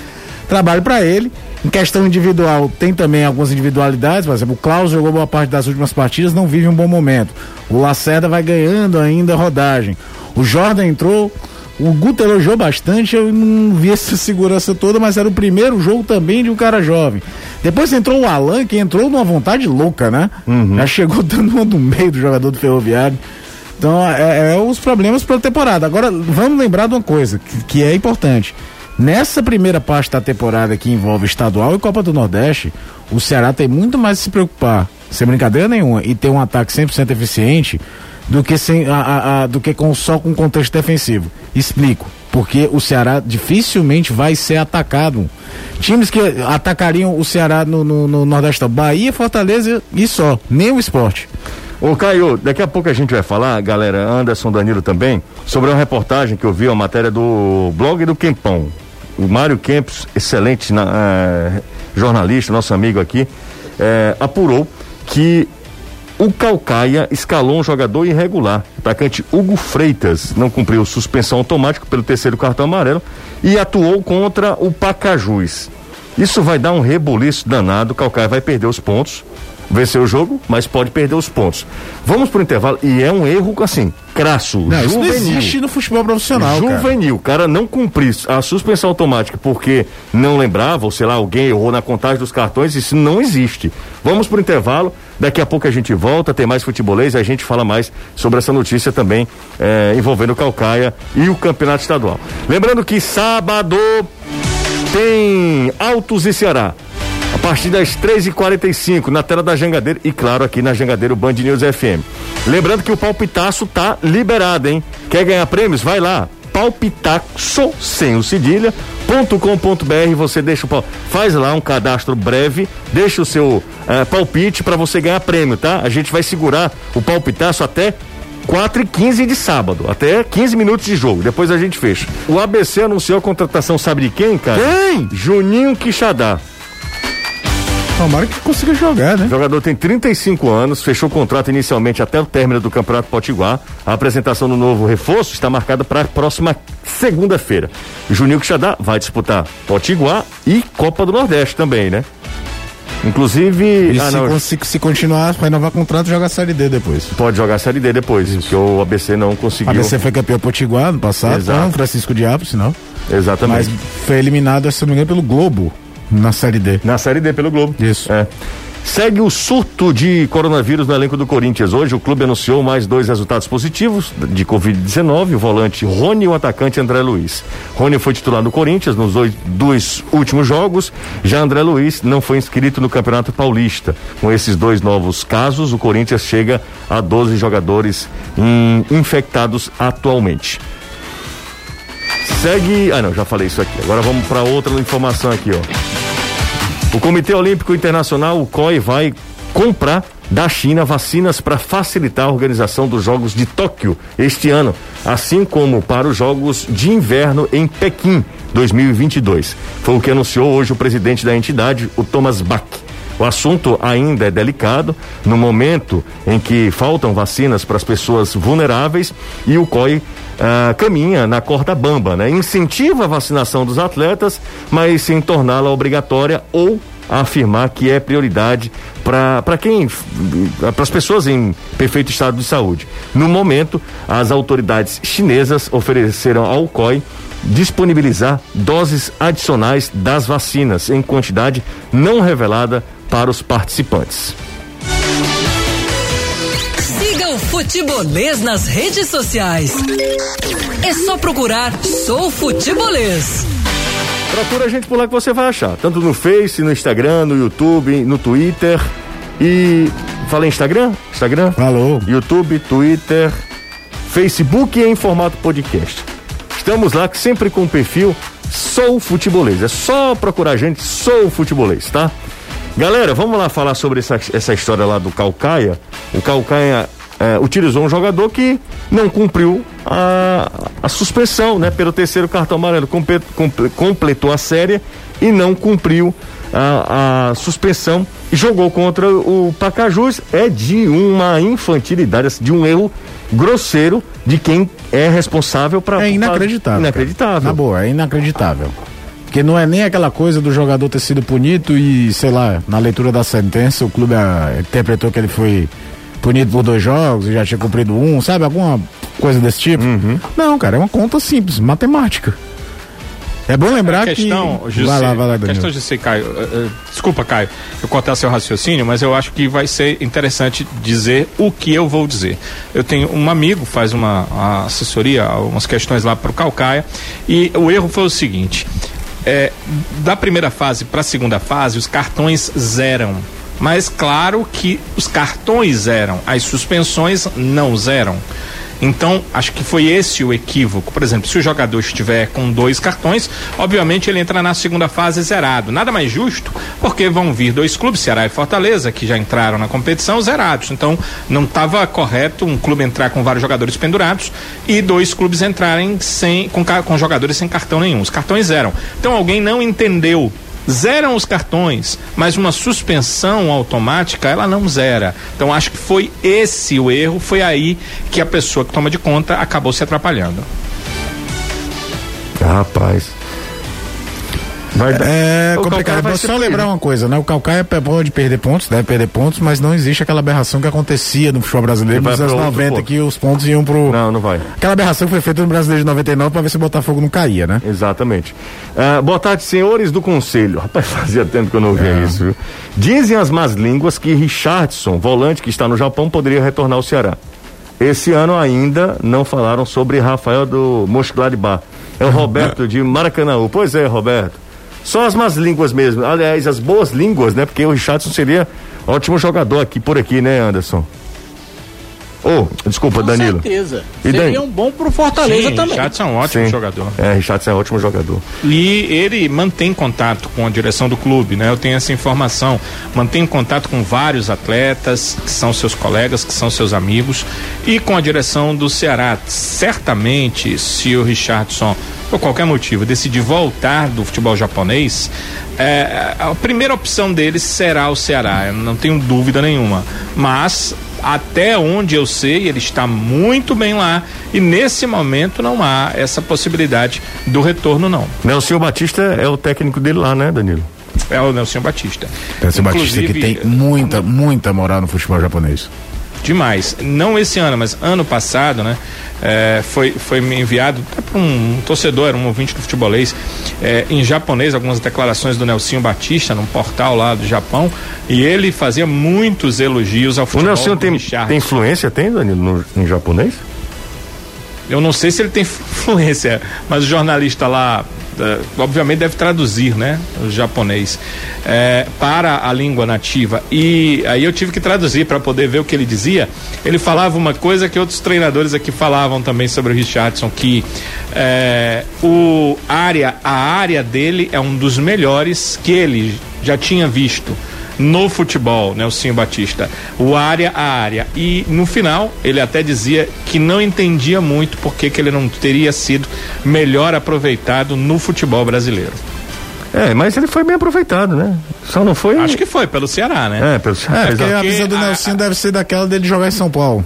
S3: Trabalho para ele. Em questão individual, tem também algumas individualidades, por exemplo, o Klaus jogou boa parte das últimas partidas, não vive um bom momento. O Lacerda vai ganhando ainda rodagem. O Jordan entrou, o Guto elogiou bastante, eu não vi essa segurança toda, mas era o primeiro jogo também de um cara jovem. Depois entrou o Alan, que entrou numa vontade louca, né? Já chegou dando uma do meio do jogador do Ferroviário. Então, é, é os problemas pela temporada. Agora, vamos lembrar de uma coisa que, que é importante. Nessa primeira parte da temporada que envolve estadual e Copa do Nordeste, o Ceará tem muito mais a se preocupar, sem brincadeira nenhuma, e ter um ataque 100% eficiente do que, sem, a- a- a- do que com, só com contexto defensivo. Explico. Porque o Ceará dificilmente vai ser atacado. Times que atacariam o Ceará no, no, no Nordeste, Bahia, Fortaleza e só. Nem o esporte.
S2: Ô Caio, daqui a pouco a gente vai falar, galera, Anderson Danilo também, sobre uma reportagem que eu vi, uma matéria do blog do Quempão. O Mário Kempos, excelente na- eh, jornalista, nosso amigo aqui, eh, apurou que o Calcaia escalou um jogador irregular. Atacante Hugo Freitas não cumpriu suspensão automática pelo terceiro cartão amarelo e atuou contra o Pacajus. Isso vai dar um rebuliço danado. O Calcaia vai perder os pontos. vencer o jogo, mas pode perder os pontos. Vamos pro intervalo e é um erro assim, crasso,
S3: Não, isso não
S2: juvenil.
S3: existe no futebol profissional. cara.
S2: Juvenil, cara. não cumprir a suspensão automática porque não lembrava, ou sei lá, alguém errou na contagem dos cartões, isso não existe. Vamos pro intervalo, daqui a pouco a gente volta, tem mais futebolês e a gente fala mais sobre essa notícia também eh, envolvendo o Calcaia e o Campeonato Estadual. Lembrando que sábado tem Altos e Ceará. A partir das 3h45, na tela da Jangadeiro e, claro, aqui na Jangadeiro Band News FM. Lembrando que o palpitaço tá liberado, hein? Quer ganhar prêmios? Vai lá. Palpitaço sem o cedilha, ponto com ponto BR, você deixa o pau. Faz lá um cadastro breve, deixa o seu eh, palpite para você ganhar prêmio, tá? A gente vai segurar o palpitaço até 4 e 15 de sábado, até 15 minutos de jogo, depois a gente fecha. O ABC anunciou a contratação, sabe de quem, cara? Quem? Juninho Quixadá.
S3: Tomara que consiga jogar, né?
S2: O jogador tem 35 anos, fechou o contrato inicialmente até o término do Campeonato Potiguar. A apresentação do novo reforço está marcada para a próxima segunda-feira. Juninho Quixadá vai disputar Potiguar e Copa do Nordeste também, né? Inclusive.
S3: E
S2: ah,
S3: se,
S2: não,
S3: consi- se continuar, renovar contrato, joga a Série D depois.
S2: Pode jogar a Série D depois, porque o ABC não
S3: A
S2: conseguiu.
S3: BC foi campeão potiguar no passado,
S2: Exato.
S3: não, Francisco Diabo, sinal. Mas
S2: Exatamente.
S3: foi eliminado, se não me engano, pelo Globo na Série D.
S2: Na Série D pelo Globo.
S3: Isso.
S2: É. Segue o surto de coronavírus no elenco do Corinthians. Hoje o clube anunciou mais dois resultados positivos de Covid-19, o volante Rony e o atacante André Luiz. Rony foi titular do Corinthians nos dois, dois últimos jogos, já André Luiz não foi inscrito no Campeonato Paulista. Com esses dois novos casos, o Corinthians chega a 12 jogadores hum, infectados atualmente. Segue. Ah, não, já falei isso aqui. Agora vamos para outra informação aqui, ó. O Comitê Olímpico Internacional, o COI, vai comprar da China vacinas para facilitar a organização dos Jogos de Tóquio este ano, assim como para os Jogos de Inverno em Pequim 2022. Foi o que anunciou hoje o presidente da entidade, o Thomas Bach. O assunto ainda é delicado no momento em que faltam vacinas para as pessoas vulneráveis e o COI ah, caminha na corda bamba, né? Incentiva a vacinação dos atletas, mas sem torná-la obrigatória ou afirmar que é prioridade para quem para as pessoas em perfeito estado de saúde. No momento, as autoridades chinesas ofereceram ao COI disponibilizar doses adicionais das vacinas em quantidade não revelada para os participantes.
S1: Siga o Futebolês nas redes sociais. É só procurar Sou Futebolês.
S2: Procura a gente por lá que você vai achar, tanto no Face, no Instagram, no YouTube, no Twitter e falei Instagram, Instagram,
S3: Falou.
S2: YouTube, Twitter, Facebook e em formato podcast. Estamos lá sempre com o perfil Sou Futebolês. É só procurar a gente, Sou Futebolês, tá? Galera, vamos lá falar sobre essa, essa história lá do Calcaia. O Calcaia eh, utilizou um jogador que não cumpriu a, a suspensão, né? Pelo terceiro cartão amarelo. Compe- comple- completou a série e não cumpriu a, a suspensão e jogou contra o Pacajus é de uma infantilidade, assim, de um erro grosseiro de quem é responsável para
S3: É inacreditável. cara.
S2: inacreditável.
S3: Na boa, é inacreditável. Porque não é nem aquela coisa do jogador ter sido punido e, sei lá, na leitura da sentença o clube ah, interpretou que ele foi punido por dois jogos e já tinha cumprido um, sabe? Alguma coisa desse tipo. Não, cara, é uma conta simples, matemática. É bom lembrar
S4: A questão,
S3: que.
S4: Jussi,
S3: vai lá, vai lá,
S4: a
S3: Danilo.
S4: questão de ser, Caio, eh, eh, desculpa, Caio, eu cortar seu raciocínio, mas eu acho que vai ser interessante dizer o que eu vou dizer. Eu tenho um amigo, faz uma, uma assessoria, algumas questões lá para o Calcaia, e o erro foi o seguinte: eh, da primeira fase para a segunda fase, os cartões zeram. Mas claro que os cartões zeram, as suspensões não zeram. Então, acho que foi esse o equívoco. Por exemplo, se o jogador estiver com dois cartões, obviamente ele entra na segunda fase zerado. Nada mais justo, porque vão vir dois clubes, Ceará e Fortaleza, que já entraram na competição zerados. Então, não estava correto um clube entrar com vários jogadores pendurados e dois clubes entrarem sem com, ca- com jogadores sem cartão nenhum. Os cartões zeram. Então, alguém não entendeu zeram os cartões, mas uma suspensão automática ela não zera. Então acho que foi esse o erro, foi aí que a pessoa que toma de conta acabou se atrapalhando.
S2: Rapaz. Vai dar.
S3: É
S2: O Calcaia
S3: complicado.
S2: vai
S3: Vou
S2: ser
S3: só
S2: punido.
S3: lembrar uma coisa, né? O Calcaia é- pode perder pontos, deve perder pontos, mas não existe aquela aberração que acontecia no futebol brasileiro
S2: Que vai
S3: nos anos
S2: pra outro
S3: 90,
S2: ponto.
S3: que os pontos iam pro.
S2: Não, não vai.
S3: Aquela aberração que foi feita no brasileiro de 99 pra ver se o Botafogo não caía, né?
S2: Exatamente. Ah, boa tarde, senhores do conselho. Rapaz, fazia tempo que eu não ouvia isso, viu? Dizem as más línguas que Richardson, volante que está no Japão, poderia retornar ao Ceará. Esse ano ainda não falaram sobre Rafael do Mönchengladbach. É o Roberto de Maracanãú. Pois é, Roberto. Só as más línguas mesmo. Aliás, as boas línguas, né? Porque o Richardson seria ótimo jogador aqui por aqui, né, Anderson? Ô, desculpa,
S5: Com
S2: Danilo.
S5: certeza.
S2: E daí?
S5: Seria um bom pro Fortaleza
S4: Sim,
S5: também.
S4: Jadson é um ótimo
S2: Sim.
S4: jogador.
S2: É, Richardson é ótimo jogador.
S4: E ele mantém contato com a direção do clube, né? Eu tenho essa informação. Mantém contato com vários atletas, que são seus colegas, que são seus amigos, e com a direção do Ceará. Certamente, se o Richardson, por qualquer motivo, decidir voltar do futebol japonês, eh, a primeira opção dele será o Ceará. Eu não tenho dúvida nenhuma. Mas. Até onde eu sei, ele está muito bem lá e nesse momento não há essa possibilidade do retorno, não.
S2: Nelson Batista é o técnico dele lá, né, Danilo?
S4: É o Nelson Batista.
S3: Esse Batista que
S4: Inclusive, é,
S3: tem um- muita, muita moral no futebol japonês.
S4: Demais. Não esse ano, mas ano passado, né? eh, foi, foi me enviado até para um torcedor, era um ouvinte do futebolês, eh, em japonês, algumas declarações do Nelson Batista, num portal lá do Japão, e ele fazia muitos elogios ao
S2: O
S4: futebol.
S2: Nelson
S4: do
S2: tem,
S4: Richarlison.
S2: tem influência, tem, Danilo, no, em japonês?
S4: Eu não sei se ele tem influência, mas o jornalista lá, eh, obviamente, deve traduzir, né? O japonês eh, para a língua nativa. E aí eu tive que traduzir para poder ver o que ele dizia. Ele falava uma coisa que outros treinadores aqui falavam também sobre o Richardson, que eh, o área, a área dele é um dos melhores que ele já tinha visto no futebol, Nelsinho Batista. O área a área. E no final, ele até dizia que não entendia muito porque que ele não teria sido melhor aproveitado no futebol brasileiro.
S2: É, mas ele foi bem aproveitado, né? Só não foi.
S4: Acho que foi pelo Ceará, né?
S2: É, pelo
S3: É, porque a
S2: exato.
S4: Porque
S3: visão do
S4: a-
S3: Nelsinho deve ser daquela dele jogar em São Paulo.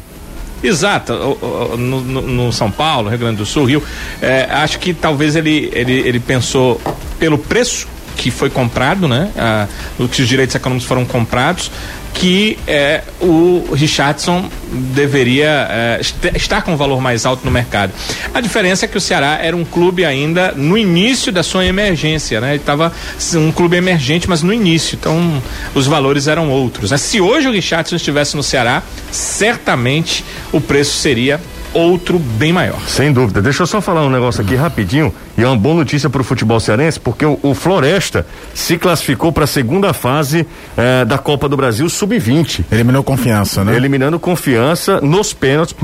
S4: Exato, o- o- no, no- no São Paulo, Rio Grande do Sul, Rio. É, acho que talvez ele, ele, ele pensou pelo preço que foi comprado, né? Ah, o que os direitos econômicos foram comprados, que é, o Richardson deveria é, est- estar com um valor mais alto no mercado. A diferença é que o Ceará era um clube ainda no início da sua emergência, né? Ele estava um clube emergente, mas no início. Então, os valores eram outros. né? Se hoje o Richardson estivesse no Ceará, certamente o preço seria outro bem maior.
S2: Sem dúvida. Deixa eu só falar um negócio aqui rapidinho. E é uma boa notícia para o futebol cearense, porque o, o Floresta se classificou para a segunda fase eh, da Copa do Brasil Sub-20.
S3: Eliminou confiança, né?
S2: Eliminando confiança nos pênaltis.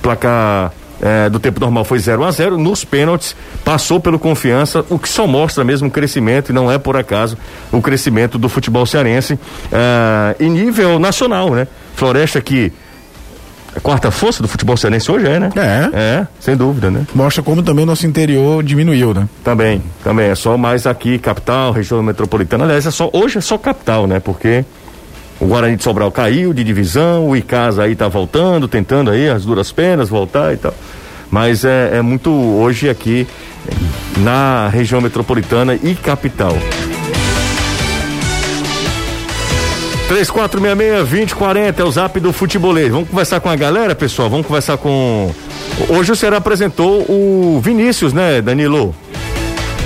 S2: Placar eh, do tempo normal foi 0 a 0 Nos pênaltis, passou pelo confiança, o que só mostra mesmo o crescimento, e não é por acaso o crescimento do futebol cearense eh, em nível nacional, né? Floresta que. é a Quarta força do futebol cearense hoje é, né?
S3: É.
S2: É, sem dúvida, né?
S3: Mostra como também o nosso interior diminuiu, né?
S2: Também, também. É só mais aqui, capital, região metropolitana. Aliás, é só, hoje é só capital, né? Porque o Guarani de Sobral caiu de divisão, o Icasa aí tá voltando, tentando aí as duras penas voltar e tal. Mas é, é muito hoje aqui na região metropolitana e capital. 3466-2040 é o zap do futebolês. Vamos conversar com a galera, pessoal? Vamos conversar com. Hoje o Ceará apresentou o Vinícius, né, Danilo?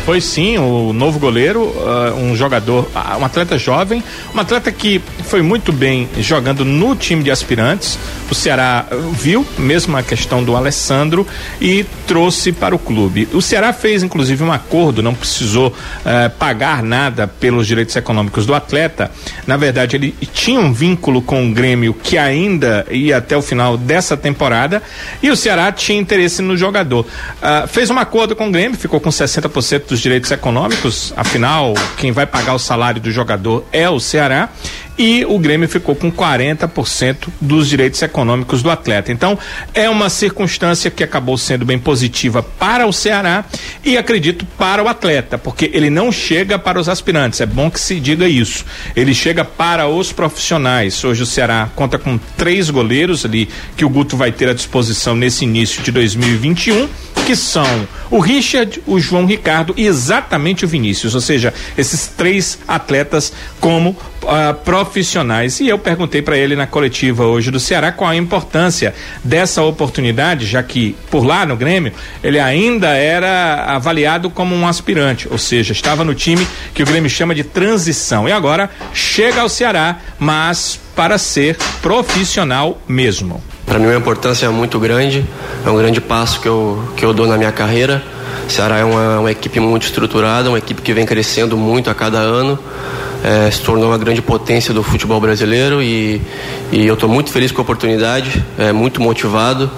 S4: Foi sim, o novo goleiro, ah, um jogador, ah, um atleta jovem, um atleta que foi muito bem jogando no time de aspirantes. O Ceará ah, viu mesmo a questão do Alessandro e trouxe para o clube. O Ceará fez inclusive um acordo, não precisou eh, pagar nada pelos direitos econômicos do atleta. Na verdade, ele tinha um vínculo com o Grêmio que ainda ia até o final dessa temporada e o Ceará tinha interesse no jogador. Ah, fez um acordo com o Grêmio, ficou com 60% dos direitos econômicos, afinal, quem vai pagar o salário do jogador é o Ceará. E o Grêmio ficou com 40% dos direitos econômicos do atleta. Então, é uma circunstância que acabou sendo bem positiva para o Ceará e acredito para o atleta, porque ele não chega para os aspirantes. É bom que se diga isso. Ele chega para os profissionais. Hoje o Ceará conta com três goleiros ali que o Guto vai ter à disposição nesse início de 2021 que são o Richard, o João Ricardo e exatamente o Vinícius, ou seja, esses três atletas como ah, profissionais. E eu perguntei para ele na coletiva hoje do Ceará qual a importância dessa oportunidade, já que por lá no Grêmio ele ainda era avaliado como um aspirante, ou seja, estava no time que o Grêmio chama de transição. E agora chega ao Ceará, mas para ser profissional mesmo.
S6: Para mim, uma importância muito grande, é um grande passo que eu, que eu dou na minha carreira. O Ceará é uma, uma equipe muito estruturada, uma equipe que vem crescendo muito a cada ano, eh, se tornou uma grande potência do futebol brasileiro e, e eu estou muito feliz com a oportunidade, eh, muito motivado.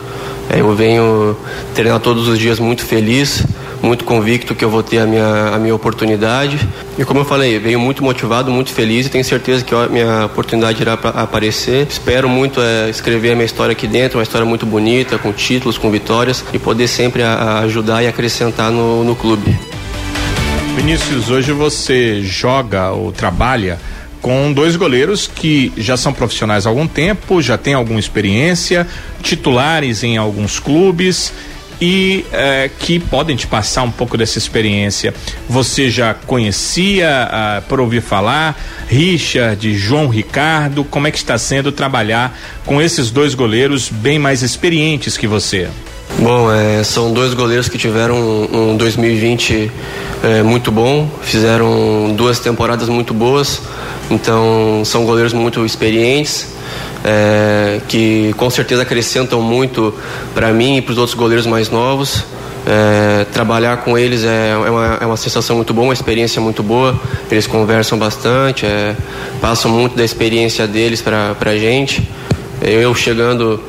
S6: Eh, eu venho treinar todos os dias muito feliz, muito convicto que eu vou ter a minha, a minha oportunidade. E como eu falei, venho muito motivado, muito feliz e tenho certeza que a minha oportunidade irá apa- aparecer. Espero muito eh, escrever a minha história aqui dentro, uma história muito bonita, com títulos, com vitórias e poder sempre a- a ajudar e acrescentar no, no clube.
S4: Vinícius, hoje você joga ou trabalha com dois goleiros que já são profissionais há algum tempo, já têm alguma experiência, titulares em alguns clubes e eh, que podem te passar um pouco dessa experiência. Você já conhecia, ah, por ouvir falar, Richard, João Ricardo, como é que está sendo trabalhar com esses dois goleiros bem mais experientes que você?
S6: Bom, eh, são dois goleiros que tiveram um, um 2020 eh, muito bom, fizeram duas temporadas muito boas, então são goleiros muito experientes, eh, que com certeza acrescentam muito para mim e para os outros goleiros mais novos. Eh, trabalhar com eles é, é uma, é uma sensação muito boa, uma experiência muito boa. Eles conversam bastante, eh, passam muito da experiência deles para a gente. Eu chegando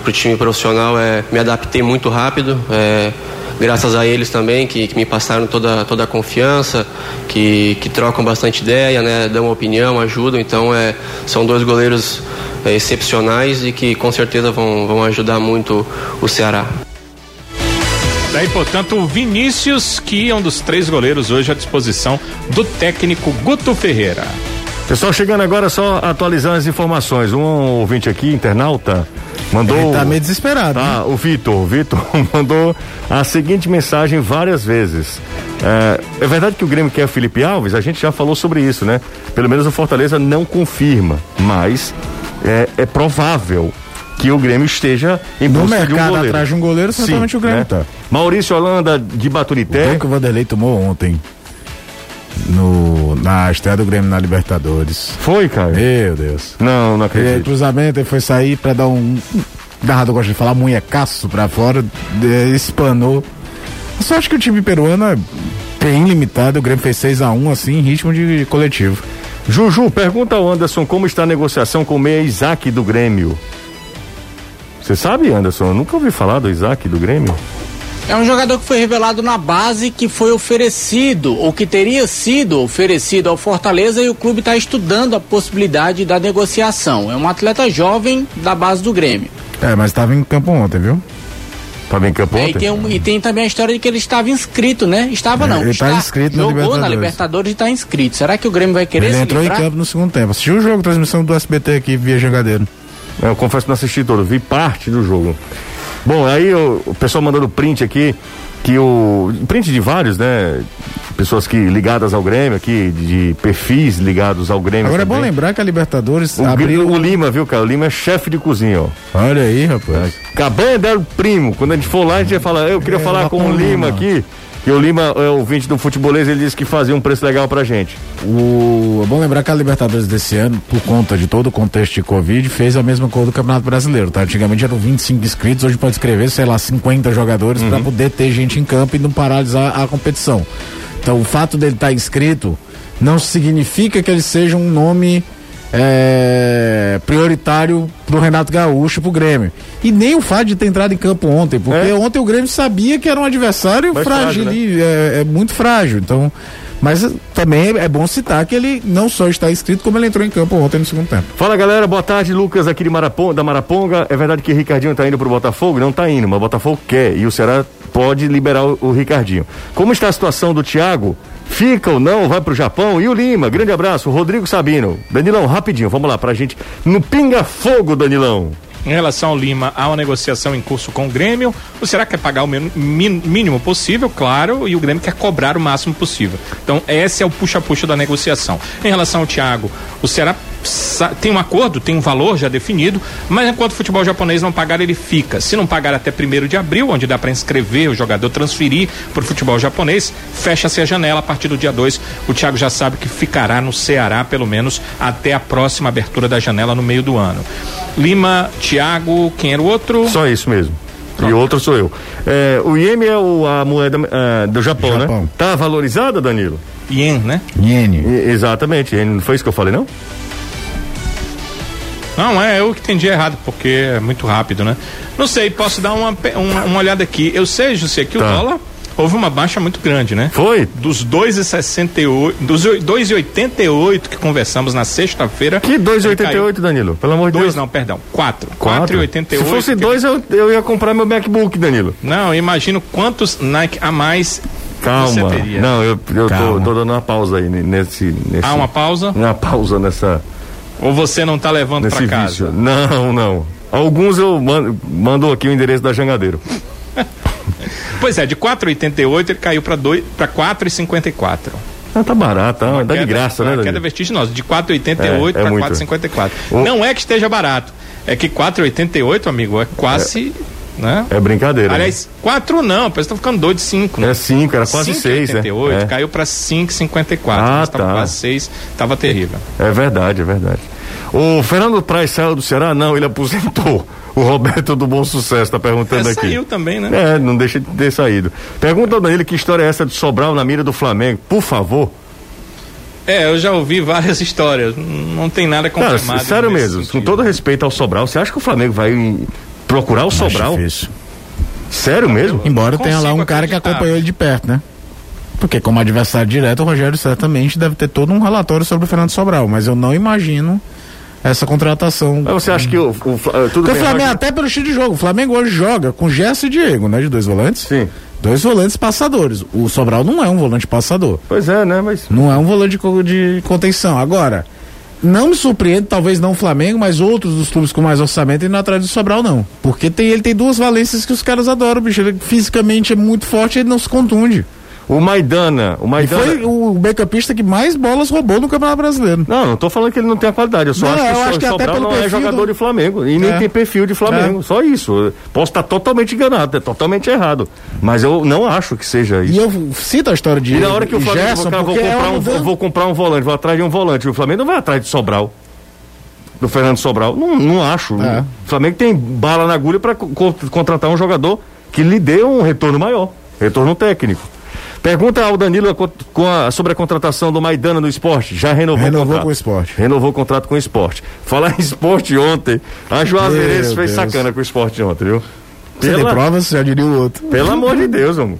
S6: para o time profissional é, me adaptei muito rápido é, graças a eles também que, que me passaram toda, toda a confiança que, que trocam bastante ideia né, dão opinião, ajudam então é, são dois goleiros é, excepcionais e que com certeza vão, vão ajudar muito o Ceará
S4: Daí, Né, portanto, o Vinícius, que é um dos três goleiros hoje à disposição do técnico Guto Ferreira.
S2: Pessoal, chegando agora, só atualizando as informações. Um ouvinte aqui, internauta, mandou.
S3: Ele tá meio desesperado. né?
S2: Tá, o Vitor. O Vitor mandou a seguinte mensagem várias vezes. É, é verdade que o Grêmio quer o Felipe Alves? A gente já falou sobre isso, né? Pelo menos o Fortaleza não confirma, mas é, é provável que o Grêmio esteja em
S3: No
S2: busca de um
S3: mercado
S2: goleiro.
S3: atrás de um goleiro,
S2: Sim,
S3: certamente o Grêmio
S2: né?
S3: tá.
S2: Maurício Holanda de
S3: O
S2: Baturité.
S3: gol que o Vanderlei tomou ontem no, na estreia do Grêmio na Libertadores.
S2: Foi, cara?
S3: Meu Deus.
S2: Não, não
S3: Ele,
S2: acredito.
S3: É, cruzamento, ele foi sair pra dar um. Narrador gosta de falar munhecaço pra fora, eh, espanou. Eu só acho que o time peruano é bem limitado. O Grêmio fez 6x1 assim, em ritmo de, de coletivo.
S2: Juju, pergunta ao Anderson como está a negociação com o meia Isaac do Grêmio. Você sabe, Anderson? Eu nunca ouvi falar do Isaac do Grêmio.
S5: É um jogador que foi revelado na base que foi oferecido, ou que teria sido oferecido ao Fortaleza e o clube está estudando a possibilidade da negociação. É um atleta jovem da base do Grêmio.
S3: É, mas tava em campo ontem, viu?
S2: Tava em campo
S5: É, e,
S2: ontem?
S5: tem um- e tem também a história de que ele estava inscrito, né? Estava
S3: É,
S5: não.
S3: ele tá
S5: está,
S3: inscrito na
S5: jogou na
S3: Libertadores.
S5: Libertadores e está inscrito. Será que o Grêmio vai querer
S3: ele
S5: se
S3: entrou
S5: livrar?
S3: em campo no segundo tempo. Assistiu o jogo, transmissão do SBT aqui via Jangadeiro.
S2: É, Eu confesso que não assisti todo, vi parte do jogo. Bom, aí o, o pessoal mandando print aqui, que o. Print de vários, né? Pessoas que ligadas ao Grêmio aqui, de, de perfis ligados ao Grêmio.
S3: Agora é bom
S2: também.
S3: lembrar que a Libertadores
S2: O, Gri-
S3: abriu.
S2: o Lima, viu, cara? O Lima é chefe de cozinha, ó.
S3: Olha aí, rapaz.
S2: Cabana era o primo. Quando a gente for lá, a gente vai falar. Eu queria
S3: É,
S2: falar
S3: lá
S2: com
S3: com
S2: o
S3: o
S2: Lima
S3: Lima.
S2: aqui. E o Lima é ouvinte do futebolês, ele disse que fazia um preço legal pra gente.
S3: O, é bom lembrar que a Libertadores desse ano, por conta de todo o contexto de Covid, fez a mesma coisa do Campeonato Brasileiro, tá? Antigamente eram 25 inscritos, hoje pode escrever, sei lá, 50 jogadores pra
S2: Uhum.
S3: poder ter gente em campo e não paralisar a competição. Então o fato dele estar inscrito não significa que ele seja um nome é, prioritário pro Renato Gaúcho e pro Grêmio. E nem o fato de ter entrado em campo ontem, porque
S2: É.
S3: ontem o Grêmio sabia que era um adversário
S2: Mais
S3: frágil,
S2: frágil, né?
S3: e é, é muito frágil, então. Mas eh, também é- é bom citar que ele não só está inscrito, como ele entrou em campo ontem no segundo tempo.
S2: Fala galera, boa tarde, Lucas aqui de Maraponga, da Maraponga. É verdade que o Ricardinho tá indo pro Botafogo? Não tá indo, mas o Botafogo quer e o Ceará pode liberar o, o Ricardinho. Como está a situação do Thiago? Fica ou não? Vai pro Japão? E o Lima? Grande abraço, Rodrigo Sabino. Danilão, rapidinho, vamos lá pra gente. No Pinga Fogo, Danilão.
S4: Em relação ao Lima, há uma negociação em curso com o Grêmio. Ou será que quer pagar o men- min- mínimo possível? Claro, e o Grêmio quer cobrar o máximo possível. Então, esse é o puxa-puxa da negociação. Em relação ao Thiago, o Ceará sa- tem um acordo, tem um valor já definido, mas enquanto o futebol japonês não pagar, ele fica. Se não pagar até 1 de abril, onde dá para inscrever o jogador, transferir para o futebol japonês, fecha-se a janela a partir do dia 2. O Thiago já sabe que ficará no Ceará, pelo menos, até a próxima abertura da janela no meio do ano. Lima, Thiago, quem era o outro?
S2: Só isso mesmo. E outro sou eu. É, o iene é o- a moeda ah, do Japão,
S3: Japão.
S2: né? Tá valorizada, Danilo?
S4: Ien, né?
S2: E-
S3: Iene.
S2: exatamente. iene, Não foi isso que eu falei, não?
S4: Não, é eu que entendi errado, porque é muito rápido, né? Não sei, posso dar uma, pe- uma, uma olhada aqui. Eu sei, José, que
S2: Tá.
S4: o dólar houve uma baixa muito grande, né?
S2: Foi?
S4: Dos 2,68, dos oi- 2,88 que conversamos na sexta-feira.
S2: Que
S4: ele caiu.
S2: 2,88, Danilo? Pelo amor de
S4: Dois
S2: Deus.
S4: não, perdão. 4.
S2: Quatro?
S4: 4,88.
S2: Se fosse dois, eu, eu ia comprar meu MacBook, Danilo.
S4: Não, imagino quantos Nike a mais
S2: Calma.
S4: você teria.
S2: Não, eu, eu tô,
S3: Calma.
S2: tô dando uma pausa aí ne- nesse. nesse
S4: Há uma pausa?
S2: uma pausa nessa,
S4: Ou você não tá levando
S2: nesse
S4: pra casa?
S2: vício. Não, não. Alguns eu mando, mando aqui o endereço da Jangadeiro.
S4: Pois é, de 4,88 ele caiu pra dois- pra 4,54.
S2: Ah, tá barato, tá, tá de
S4: Queda-
S2: graça,
S4: uma
S2: né,
S4: Queda
S2: Danilo?
S4: vertiginosa, de 4,88
S2: É, é
S4: para
S2: muito.
S4: 4,54.
S2: O-
S4: Não é que esteja barato, é que 4,88, amigo, é quase, né?
S2: É brincadeira. né?
S4: Aliás, 4 não, parece que tá ficando doido de 5, né?
S2: Era 5, era É, quase 6, né?
S4: 5,88,
S2: É.
S4: caiu para 5,54.
S2: Ah,
S4: mas tava
S2: tá.
S4: quase 6, tava terrível.
S2: É verdade, é verdade. O Fernando Praz saiu do Ceará? Não, ele aposentou. O Roberto do Bom Sucesso tá perguntando
S4: É,
S2: aqui.
S4: saiu também, né?
S2: É, não deixa de ter saído. Pergunta ao Danilo que história é essa de Sobral na mira do Flamengo, por favor.
S4: É, eu já ouvi várias histórias, n- não tem nada
S2: Cara,
S4: confirmado.
S2: s- sério
S4: nesse
S2: mesmo, com
S4: sentido. né?
S2: todo respeito ao Sobral, você acha que o Flamengo vai em- procurar o Sobral?
S3: Difícil.
S2: Sério mesmo?
S3: Embora
S4: Consigo
S3: tenha lá um cara que
S4: acreditar.
S3: acompanhou ele de perto, né? Porque como adversário direto, o Rogério certamente deve ter todo um relatório sobre o Fernando Sobral, mas eu não imagino essa contratação.
S2: Mas você acha que o, o Fla- tudo
S3: Porque
S2: bem,
S3: o Flamengo, é
S2: Roger-
S3: até pelo estilo de jogo, o Flamengo hoje joga com Gerson e Diego, né? De dois volantes.
S2: Sim.
S3: Dois volantes passadores. O Sobral não é um volante passador.
S2: Pois é, né, mas
S3: Não é um volante de co- de contenção. Agora, não me surpreende, talvez não o Flamengo, mas outros dos clubes com mais orçamento indo atrás do Sobral, não. Porque tem, ele tem duas valências que os caras adoram, bicho. Ele fisicamente é muito forte e ele não se contunde.
S2: o Maidana, o
S3: E
S2: Maidana
S3: foi o meio-campista que mais bolas roubou no Campeonato Brasileiro.
S2: Não, não tô falando que ele não tem a qualidade. Eu só
S3: Não,
S2: acho que,
S3: eu
S2: o
S3: acho que até
S2: Sobral
S3: pelo
S2: não é
S3: perfil
S2: jogador
S3: do-
S2: de Flamengo. E nem
S3: É.
S2: tem perfil de Flamengo. Só isso. Eu posso estar totalmente enganado, é totalmente errado. Mas eu não acho que seja
S3: E
S2: isso.
S3: eu cito a história de
S2: E, na hora que o
S3: e
S2: Flamengo
S3: Gerson,
S2: cara, vou,
S3: porque é
S2: comprar
S3: uma
S2: um,
S3: mudança-
S2: vou comprar um volante, vou atrás de um volante. O Flamengo não vai atrás de Sobral. Do Fernando Sobral. Não, não acho.
S3: É.
S2: O Flamengo tem bala na agulha para contratar um jogador que lhe dê um retorno maior. Retorno técnico. Pergunta ao Danilo a co- com a- sobre a contratação do Maidana no esporte. Já renovou,
S3: Renovou
S2: o contrato.
S3: com o esporte.
S2: Renovou o contrato com o esporte. Falar em esporte ontem, a Juazeirense
S3: Meu
S2: fez
S3: Deus.
S2: sacana com o esporte ontem, viu?
S3: Você tem provas, já diria o outro.
S2: pelo amor de Deus, amor.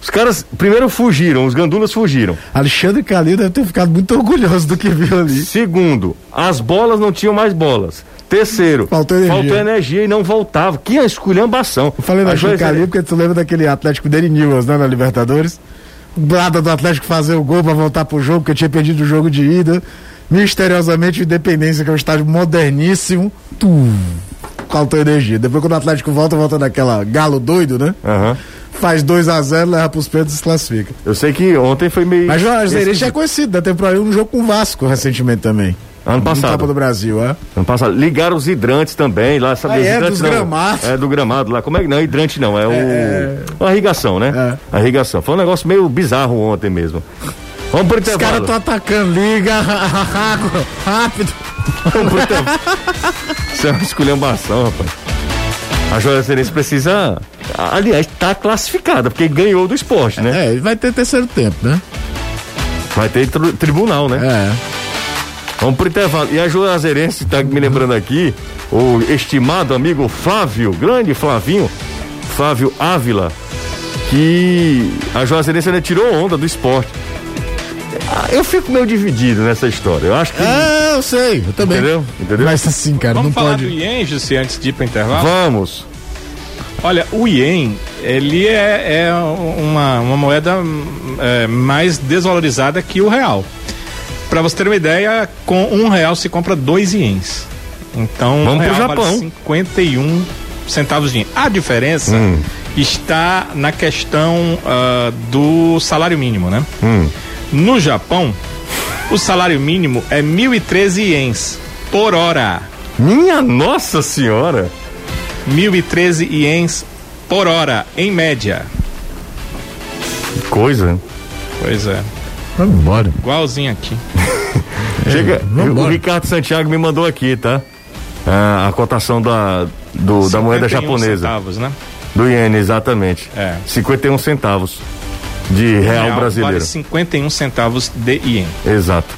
S2: Os caras primeiro fugiram, os gandulas fugiram.
S3: Alexandre Calil deve ter ficado muito orgulhoso do que viu ali.
S2: Segundo, as bolas não tinham mais bolas. Terceiro,
S3: Faltou energia.
S2: faltou energia e não voltava. Que esculhambação.
S3: Eu falei
S2: A
S3: da
S2: Juazeirense-
S3: Chucali porque tu lembra daquele Atlético dele em Newells, né, na Libertadores? Brada do Atlético fazer o gol pra voltar pro jogo, porque tinha perdido o jogo de ida. Misteriosamente, o Independência, que é um estádio moderníssimo. Tum, faltou energia. Depois, quando o Atlético volta, volta daquela galo doido, né?
S2: Aham.
S3: Faz 2x0, leva pros pênaltis e se classifica.
S2: Eu sei que ontem foi meio.
S3: Mas o Azerense já é conhecido, né? Teve problema no jogo com o Vasco recentemente também.
S2: Ano
S3: No Copa
S2: passado.
S3: do Brasil, é?
S2: Ano passado. Ligaram os hidrantes também, lá, sabe?
S3: Ah,
S2: os
S3: é,
S2: hidrantes
S3: dos
S2: não.
S3: gramados. é.
S2: É do gramado lá. Como é que não? Hidrante não, é, o. Uma irrigação, né? A irrigação. Foi um negócio meio bizarro ontem mesmo. Vamos pro
S3: Os
S2: intervalo.
S3: caras estão atacando, liga, rápido.
S2: Vamos pro intervalo. Isso é uma esculhambação, rapaz. A Joia Serense precisa. Aliás, tá classificada, porque ganhou do esporte, né?
S3: É, vai ter terceiro tempo, né?
S2: Vai ter tru- tribunal, né?
S3: É.
S2: Vamos pro intervalo. E a Juazeirense tá me lembrando aqui, o estimado amigo Flávio, grande Flavinho, Flávio Ávila, que a Juazeirense ainda tirou onda do esporte. Ah, Eu fico meio dividido nessa história. Eu acho que.
S3: É, eu sei, eu também.
S2: Entendeu? Entendeu?
S3: Mas assim, cara,
S4: Vamos
S3: não
S4: falar
S3: pode.
S4: do Ien, José, antes de ir para intervalo?
S2: Vamos.
S4: Olha, o ien, ele é, é uma, uma moeda hum, é, mais desvalorizada que o real. Para você ter uma ideia, com um real se compra dois iens. Então,
S2: Vamos pro
S4: o real vale
S2: Japão.
S4: 51 centavos de ien. A diferença
S2: Hum.
S4: está na questão ah, do salário mínimo, né?
S2: Hum.
S4: No Japão, o salário mínimo é 1.013 ienes por hora.
S2: Minha Nossa Senhora!
S4: 1.013 ienes por hora, em média.
S2: Que Coisa.
S4: Pois é,
S3: Vamos embora.
S4: igualzinho aqui.
S3: É,
S2: Chega, o
S3: embora.
S2: Ricardo Santiago me mandou aqui, tá? Ah, a cotação da, do- da
S3: um
S2: moeda
S4: 51
S2: japonesa.
S4: Centavos, né?
S2: Do iene, exatamente.
S4: É.
S2: 51 centavos de real, brasileiro.
S4: Vale 51 centavos de ien.
S2: Exato.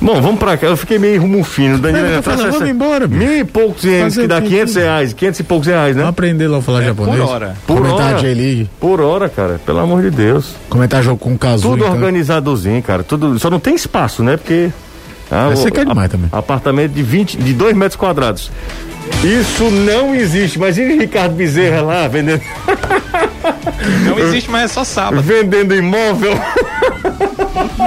S2: Bom, vamos pra cá. Eu fiquei meio rumufino. O Danilo
S3: Mas
S2: já tá
S3: eu tô falando,
S2: acessa-
S3: vamos embora, bicho.
S2: Mil e poucos ienes,
S3: Fazer
S2: que
S3: o
S2: dá
S3: quê?
S2: 500 reais. 500 e poucos reais, né?
S3: Vamos aprender lá a falar
S4: É por
S3: japonês.
S4: hora.
S3: Comentar a J-League.
S2: Por hora, cara. Pelo amor de Deus.
S3: Comentar jogo com o Kazu.
S2: Tudo
S3: então.
S2: organizadozinho, cara. Tudo, só não tem espaço, né? Porque. Ah,
S3: Esse aqui é
S2: a-
S3: demais também.
S2: Apartamento de 20, de 2 metros quadrados. Isso não existe. Imagine Ricardo Bezerra lá vendendo,
S4: Não existe, mas é só sábado.
S2: vendendo imóvel.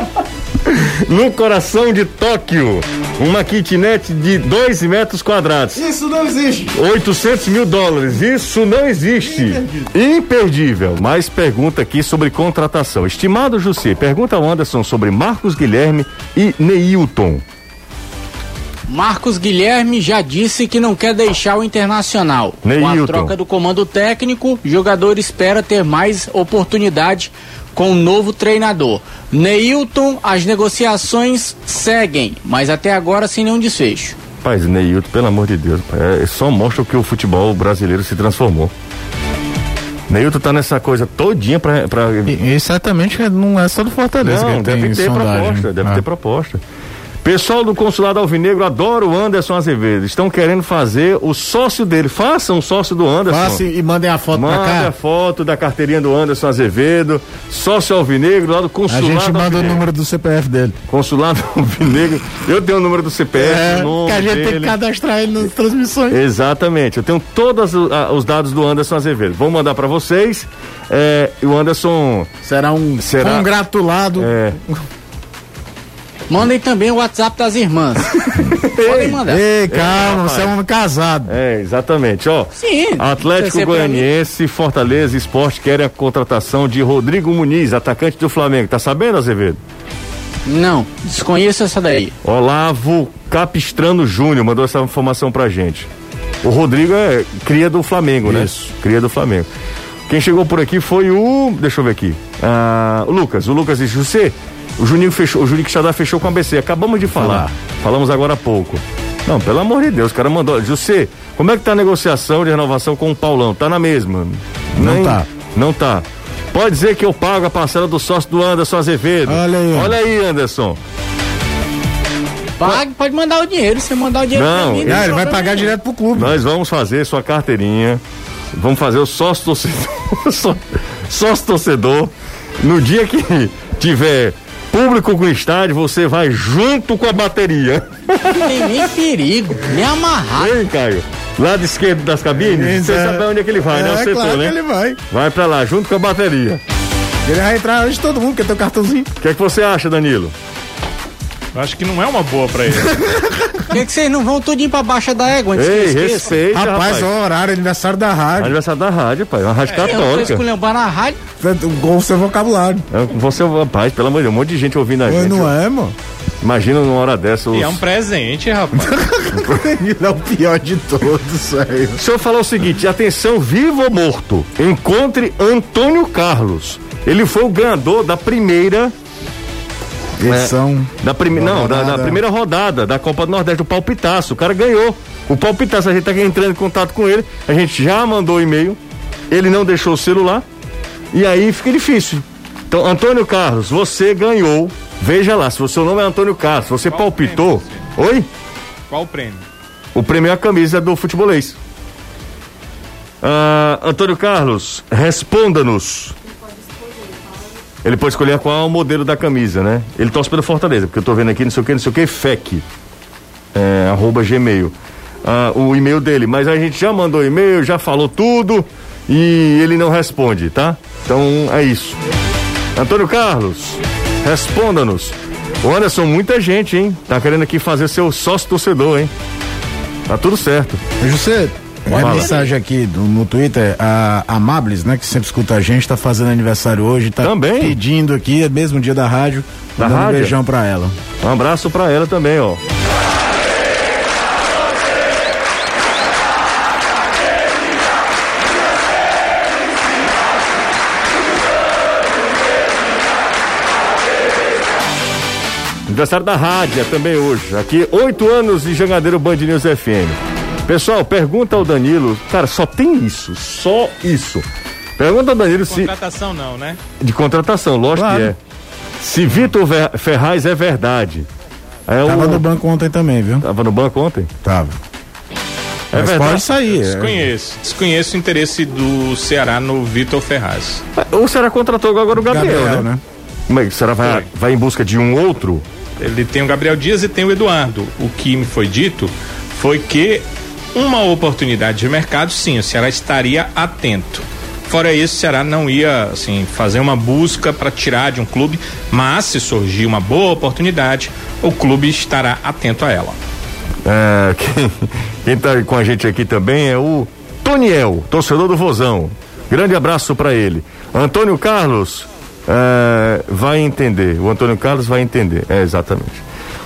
S2: no coração de Tóquio. Uma kitnet de 2 metros quadrados.
S3: Isso não existe.
S2: 800 mil dólares, isso não existe. Imperdível. Mas pergunta aqui sobre contratação. Estimado José, pergunta ao Anderson sobre Marcos Guilherme e Neilton.
S5: Marcos Guilherme já disse que não quer deixar o Internacional. Com
S2: Neilton.
S5: a troca do comando técnico, o jogador espera ter mais oportunidade com o novo treinador. Neilton, as negociações seguem, mas até agora sem nenhum desfecho.
S2: Paz, Neilton, pelo amor de Deus, é, só mostra o que o futebol brasileiro se transformou. Neilton tá nessa coisa todinha pra. pra...
S3: E, e certamente não é só do Fortaleza
S2: Não,
S3: que ele
S2: deve
S3: tem
S2: ter
S3: sondagem.
S2: proposta, deve
S3: Ah.
S2: ter proposta. Pessoal do Consulado Alvinegro adora o Anderson Azevedo. Estão querendo fazer o sócio dele. Façam o sócio do Anderson.
S3: Passe e mandem a foto pra
S2: Manda a
S3: cá.
S2: foto da carteirinha do Anderson Azevedo, sócio alvinegro, lá do
S3: A
S2: consulado.
S3: gente manda o
S2: alvinegro.
S3: número do CPF dele.
S2: Consulado alvinegro. Eu tenho o número do CPF, É, o nome
S3: É, que a gente tem
S2: dele. É,
S3: que cadastrar ele nas transmissões.
S2: Exatamente, eu tenho todos o- a- os dados do Anderson Azevedo. Vou mandar pra vocês. É, o Anderson.
S3: Será um
S2: Será-
S3: congratulado.
S2: tá. É,
S5: Mandem também o WhatsApp das irmãs. Podem mandar.
S3: Ei, calma,
S2: rapaz.
S3: você é um homem casado.
S2: é, exatamente, ó.
S5: Sim.
S2: Atlético
S5: torcer é pra mim.
S2: Goianiense, Fortaleza e Esporte querem a contratação de Rodrigo Muniz, atacante do Flamengo. Tá sabendo, Azevedo?
S5: Não, desconheço essa daí.
S2: Olavo Capistrano Júnior mandou essa informação pra gente. O Rodrigo é cria do Flamengo, né? Isso. Cria do Flamengo. Quem chegou por aqui foi o. Deixa eu ver aqui. Ah, o Lucas. O Lucas disse: José, o Juninho fechou, o Juninho Quixadá fechou com a ABC. Acabamos de falar. Falamos agora há pouco. Não, pelo amor de Deus, o cara mandou. José, como é que tá a negociação de renovação com o Paulão? Tá na mesma?
S3: Não tá.
S2: Não tá. Pode dizer que eu pago a parcela do sócio do Anderson Azevedo.
S3: Olha aí.
S2: Olha aí, Anderson.
S5: Pague, pode mandar o dinheiro. Se mandar o dinheiro
S2: Não,
S5: pra mim,
S2: ele
S3: Ah,
S5: tem
S3: ele vai
S5: problema
S3: pagar
S5: nenhum.
S3: direto pro clube.
S2: Nós vamos fazer sua carteirinha. Vamos fazer o sócio torcedor. só- sócio torcedor. No dia que tiver público com estádio, você vai junto com a bateria.
S5: Não tem nem perigo. Me
S3: Ah.
S5: amarrar.
S2: Hein, Caio? Lado esquerdo das cabines, você
S3: Então,
S2: sabe onde é que ele vai, né? O
S3: é,
S2: setor,
S3: claro
S2: né?
S3: que ele vai.
S2: Vai pra lá, junto com a bateria.
S3: Ele vai entrar antes de todo mundo, porque tem o cartãozinho.
S2: O que é que você acha, Danilo?
S4: Eu acho que não é uma boa pra ele.
S5: Por que que vocês não vão tudinho pra baixa da égua antes
S2: Ei,
S5: que eu esqueça?
S2: respeita,
S3: rapaz,
S2: rapaz.
S3: ó, horário, aniversário da rádio.
S2: Aniversário da rádio, pai. Uma
S4: É,
S2: rádio
S5: Eu não tô
S2: católica.
S5: esculhambando a rádio.
S3: Tanto Com o um seu vocabulário.
S2: É, Você, rapaz, pelo amor de Deus, um monte de gente ouvindo a
S3: Mas
S2: gente.
S3: não é, mano?
S2: Imagina numa hora dessa. Os...
S4: E é um presente, rapaz.
S3: Ele é o pior de todos, velho.
S2: O senhor falou o seguinte: atenção, vivo ou morto, encontre Antônio Carlos. Ele foi o ganhador da primeira.
S3: Eles são.
S2: Da prime...
S3: Da
S2: Não, da, da
S3: rodada.
S2: primeira rodada da Copa do Nordeste, o palpitaço. O cara ganhou. O palpitaço, a gente tá entrando em contato com ele. A gente já mandou o e-mail. Ele não deixou o celular. E aí fica difícil. Então, Antônio Carlos, você ganhou. Veja lá, se o seu nome é Antônio Carlos, você
S4: Qual o
S2: palpitou. Oi?
S4: Qual o prêmio?
S2: O prêmio é a camisa do futebolês. Ah, Antônio Carlos, responda-nos. Ele pode escolher qual é o modelo da camisa, né? Ele torce pelo Fortaleza, porque eu tô vendo aqui, não sei o que, não sei o que, FEC. É, arroba Gmail. Ah, o e-mail dele, mas a gente já mandou e-mail, já falou tudo e ele não responde, tá? Então é isso. Antônio Carlos, responda-nos. O Anderson, muita gente, hein? Tá querendo aqui fazer seu sócio torcedor, hein? Tá tudo certo.
S3: José, uma
S2: Fala.
S3: É mensagem aqui do- no Twitter, a Amables, né, que sempre escuta a gente, tá fazendo aniversário hoje, tá
S2: Também.
S3: pedindo aqui, é mesmo dia da rádio,
S2: Da
S3: mandando
S2: rádio?
S3: um beijão pra ela.
S2: Um abraço pra ela também, ó. Aniversário da rádio é também hoje. Aqui, oito anos de Jangadeiro Band News FM. Pessoal, pergunta ao Danilo. Cara, só tem isso. Só isso. Pergunta ao Danilo se.
S4: Contratação não, né?
S2: De contratação, lógico
S3: Claro.
S2: que é. Se Vitor Ver- Ferraz é verdade. É
S3: Tava
S2: o-
S3: no banco ontem também, viu?
S2: Tava no banco ontem?
S3: Tava.
S2: É
S3: Mas
S2: verdade.
S3: pode sair. é.
S4: Desconheço. Desconheço o interesse do Ceará no Vitor Ferraz.
S2: Ou será contratou agora o Gabriel,
S3: Gabriel,
S2: né?
S3: né?
S2: Como é que será vai, vai em busca de um outro?
S4: Ele tem o Gabriel Dias e tem o Eduardo. O que me foi dito foi que uma oportunidade de mercado, sim, o Ceará estaria atento. Fora isso, o Ceará não ia assim, fazer uma busca para tirar de um clube, mas se surgir uma boa oportunidade, o clube estará atento a ela.
S2: É, quem, quem tá com a gente aqui também é o Toniel, torcedor do Vozão. Grande abraço pra ele. Antônio Carlos é, vai entender. O Antônio Carlos vai entender. É, exatamente.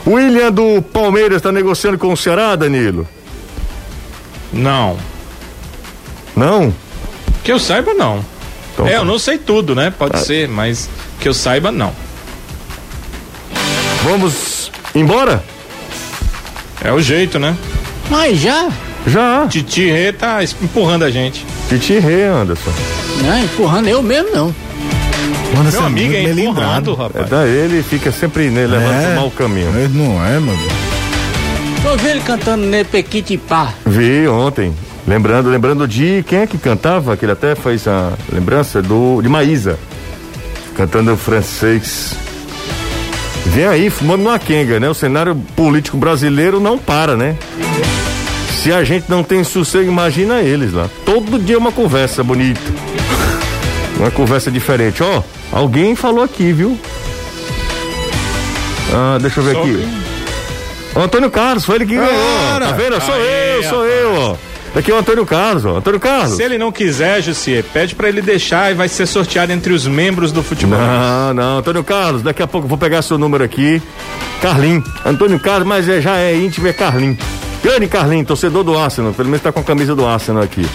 S2: William do Palmeiras tá negociando com o Ceará, Danilo?
S4: Não.
S2: Não?
S4: Que eu saiba, não.
S2: Então
S4: é,
S2: tá.
S4: eu não sei tudo, né? Pode ser, mas que eu saiba, não.
S2: Vamos embora?
S4: É o jeito, né?
S5: Mas já,
S2: Já.
S4: Titi Rê tá es- empurrando a gente.
S2: Titi Rê, Anderson.
S5: né, empurrando eu mesmo não.
S3: Manda
S4: Meu
S3: essa
S4: amigo é
S3: muito melindrada.
S4: empurrando,
S2: É,
S4: rapaz.
S2: da ele fica sempre né, levando
S3: É.
S2: pro mau caminho.
S3: Mas Não é, mano.
S5: Eu vi ele cantando Nepequitipá.
S2: Vi ontem. Lembrando, lembrando de quem é que cantava, que ele até fez a lembrança do de Maísa. Cantando francês. Vem aí, fumando uma quenga, né? O cenário político brasileiro não para, né? Se a gente não tem sossego, imagina eles lá. Todo dia uma conversa bonita. Uma conversa diferente. Ó, alguém falou aqui, viu? Ah, deixa eu ver
S4: Sobre-
S2: aqui. O Antônio Carlos, foi ele que ganhou. Tá vendo? Sou
S4: Aê,
S2: eu, sou eu, ó. Aqui é o Antônio Carlos, ó. Antônio Carlos.
S4: Se ele não quiser, Jussier, pede pra ele deixar e vai ser sorteado entre os membros do futebol.
S2: Não, não, Antônio Carlos, daqui a pouco eu vou pegar seu número aqui. Carlinho, Antônio Carlos, mas é, já é íntimo, é Carlinho. Grande Carlinho, torcedor do Arsenal, pelo menos tá com a camisa do Arsenal aqui.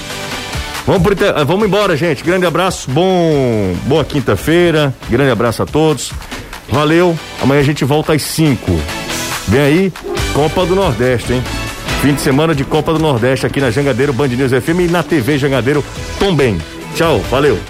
S2: Vamos, pro inter- eh, vamos embora, gente. Grande abraço, bom, boa quinta-feira. Grande abraço a todos. Valeu. Amanhã a gente volta às 5. Vem aí, Copa do Nordeste, hein? Fim de semana de Copa do Nordeste aqui na Jangadeiro Band News FM e na TV Jangadeiro também. Tchau, valeu.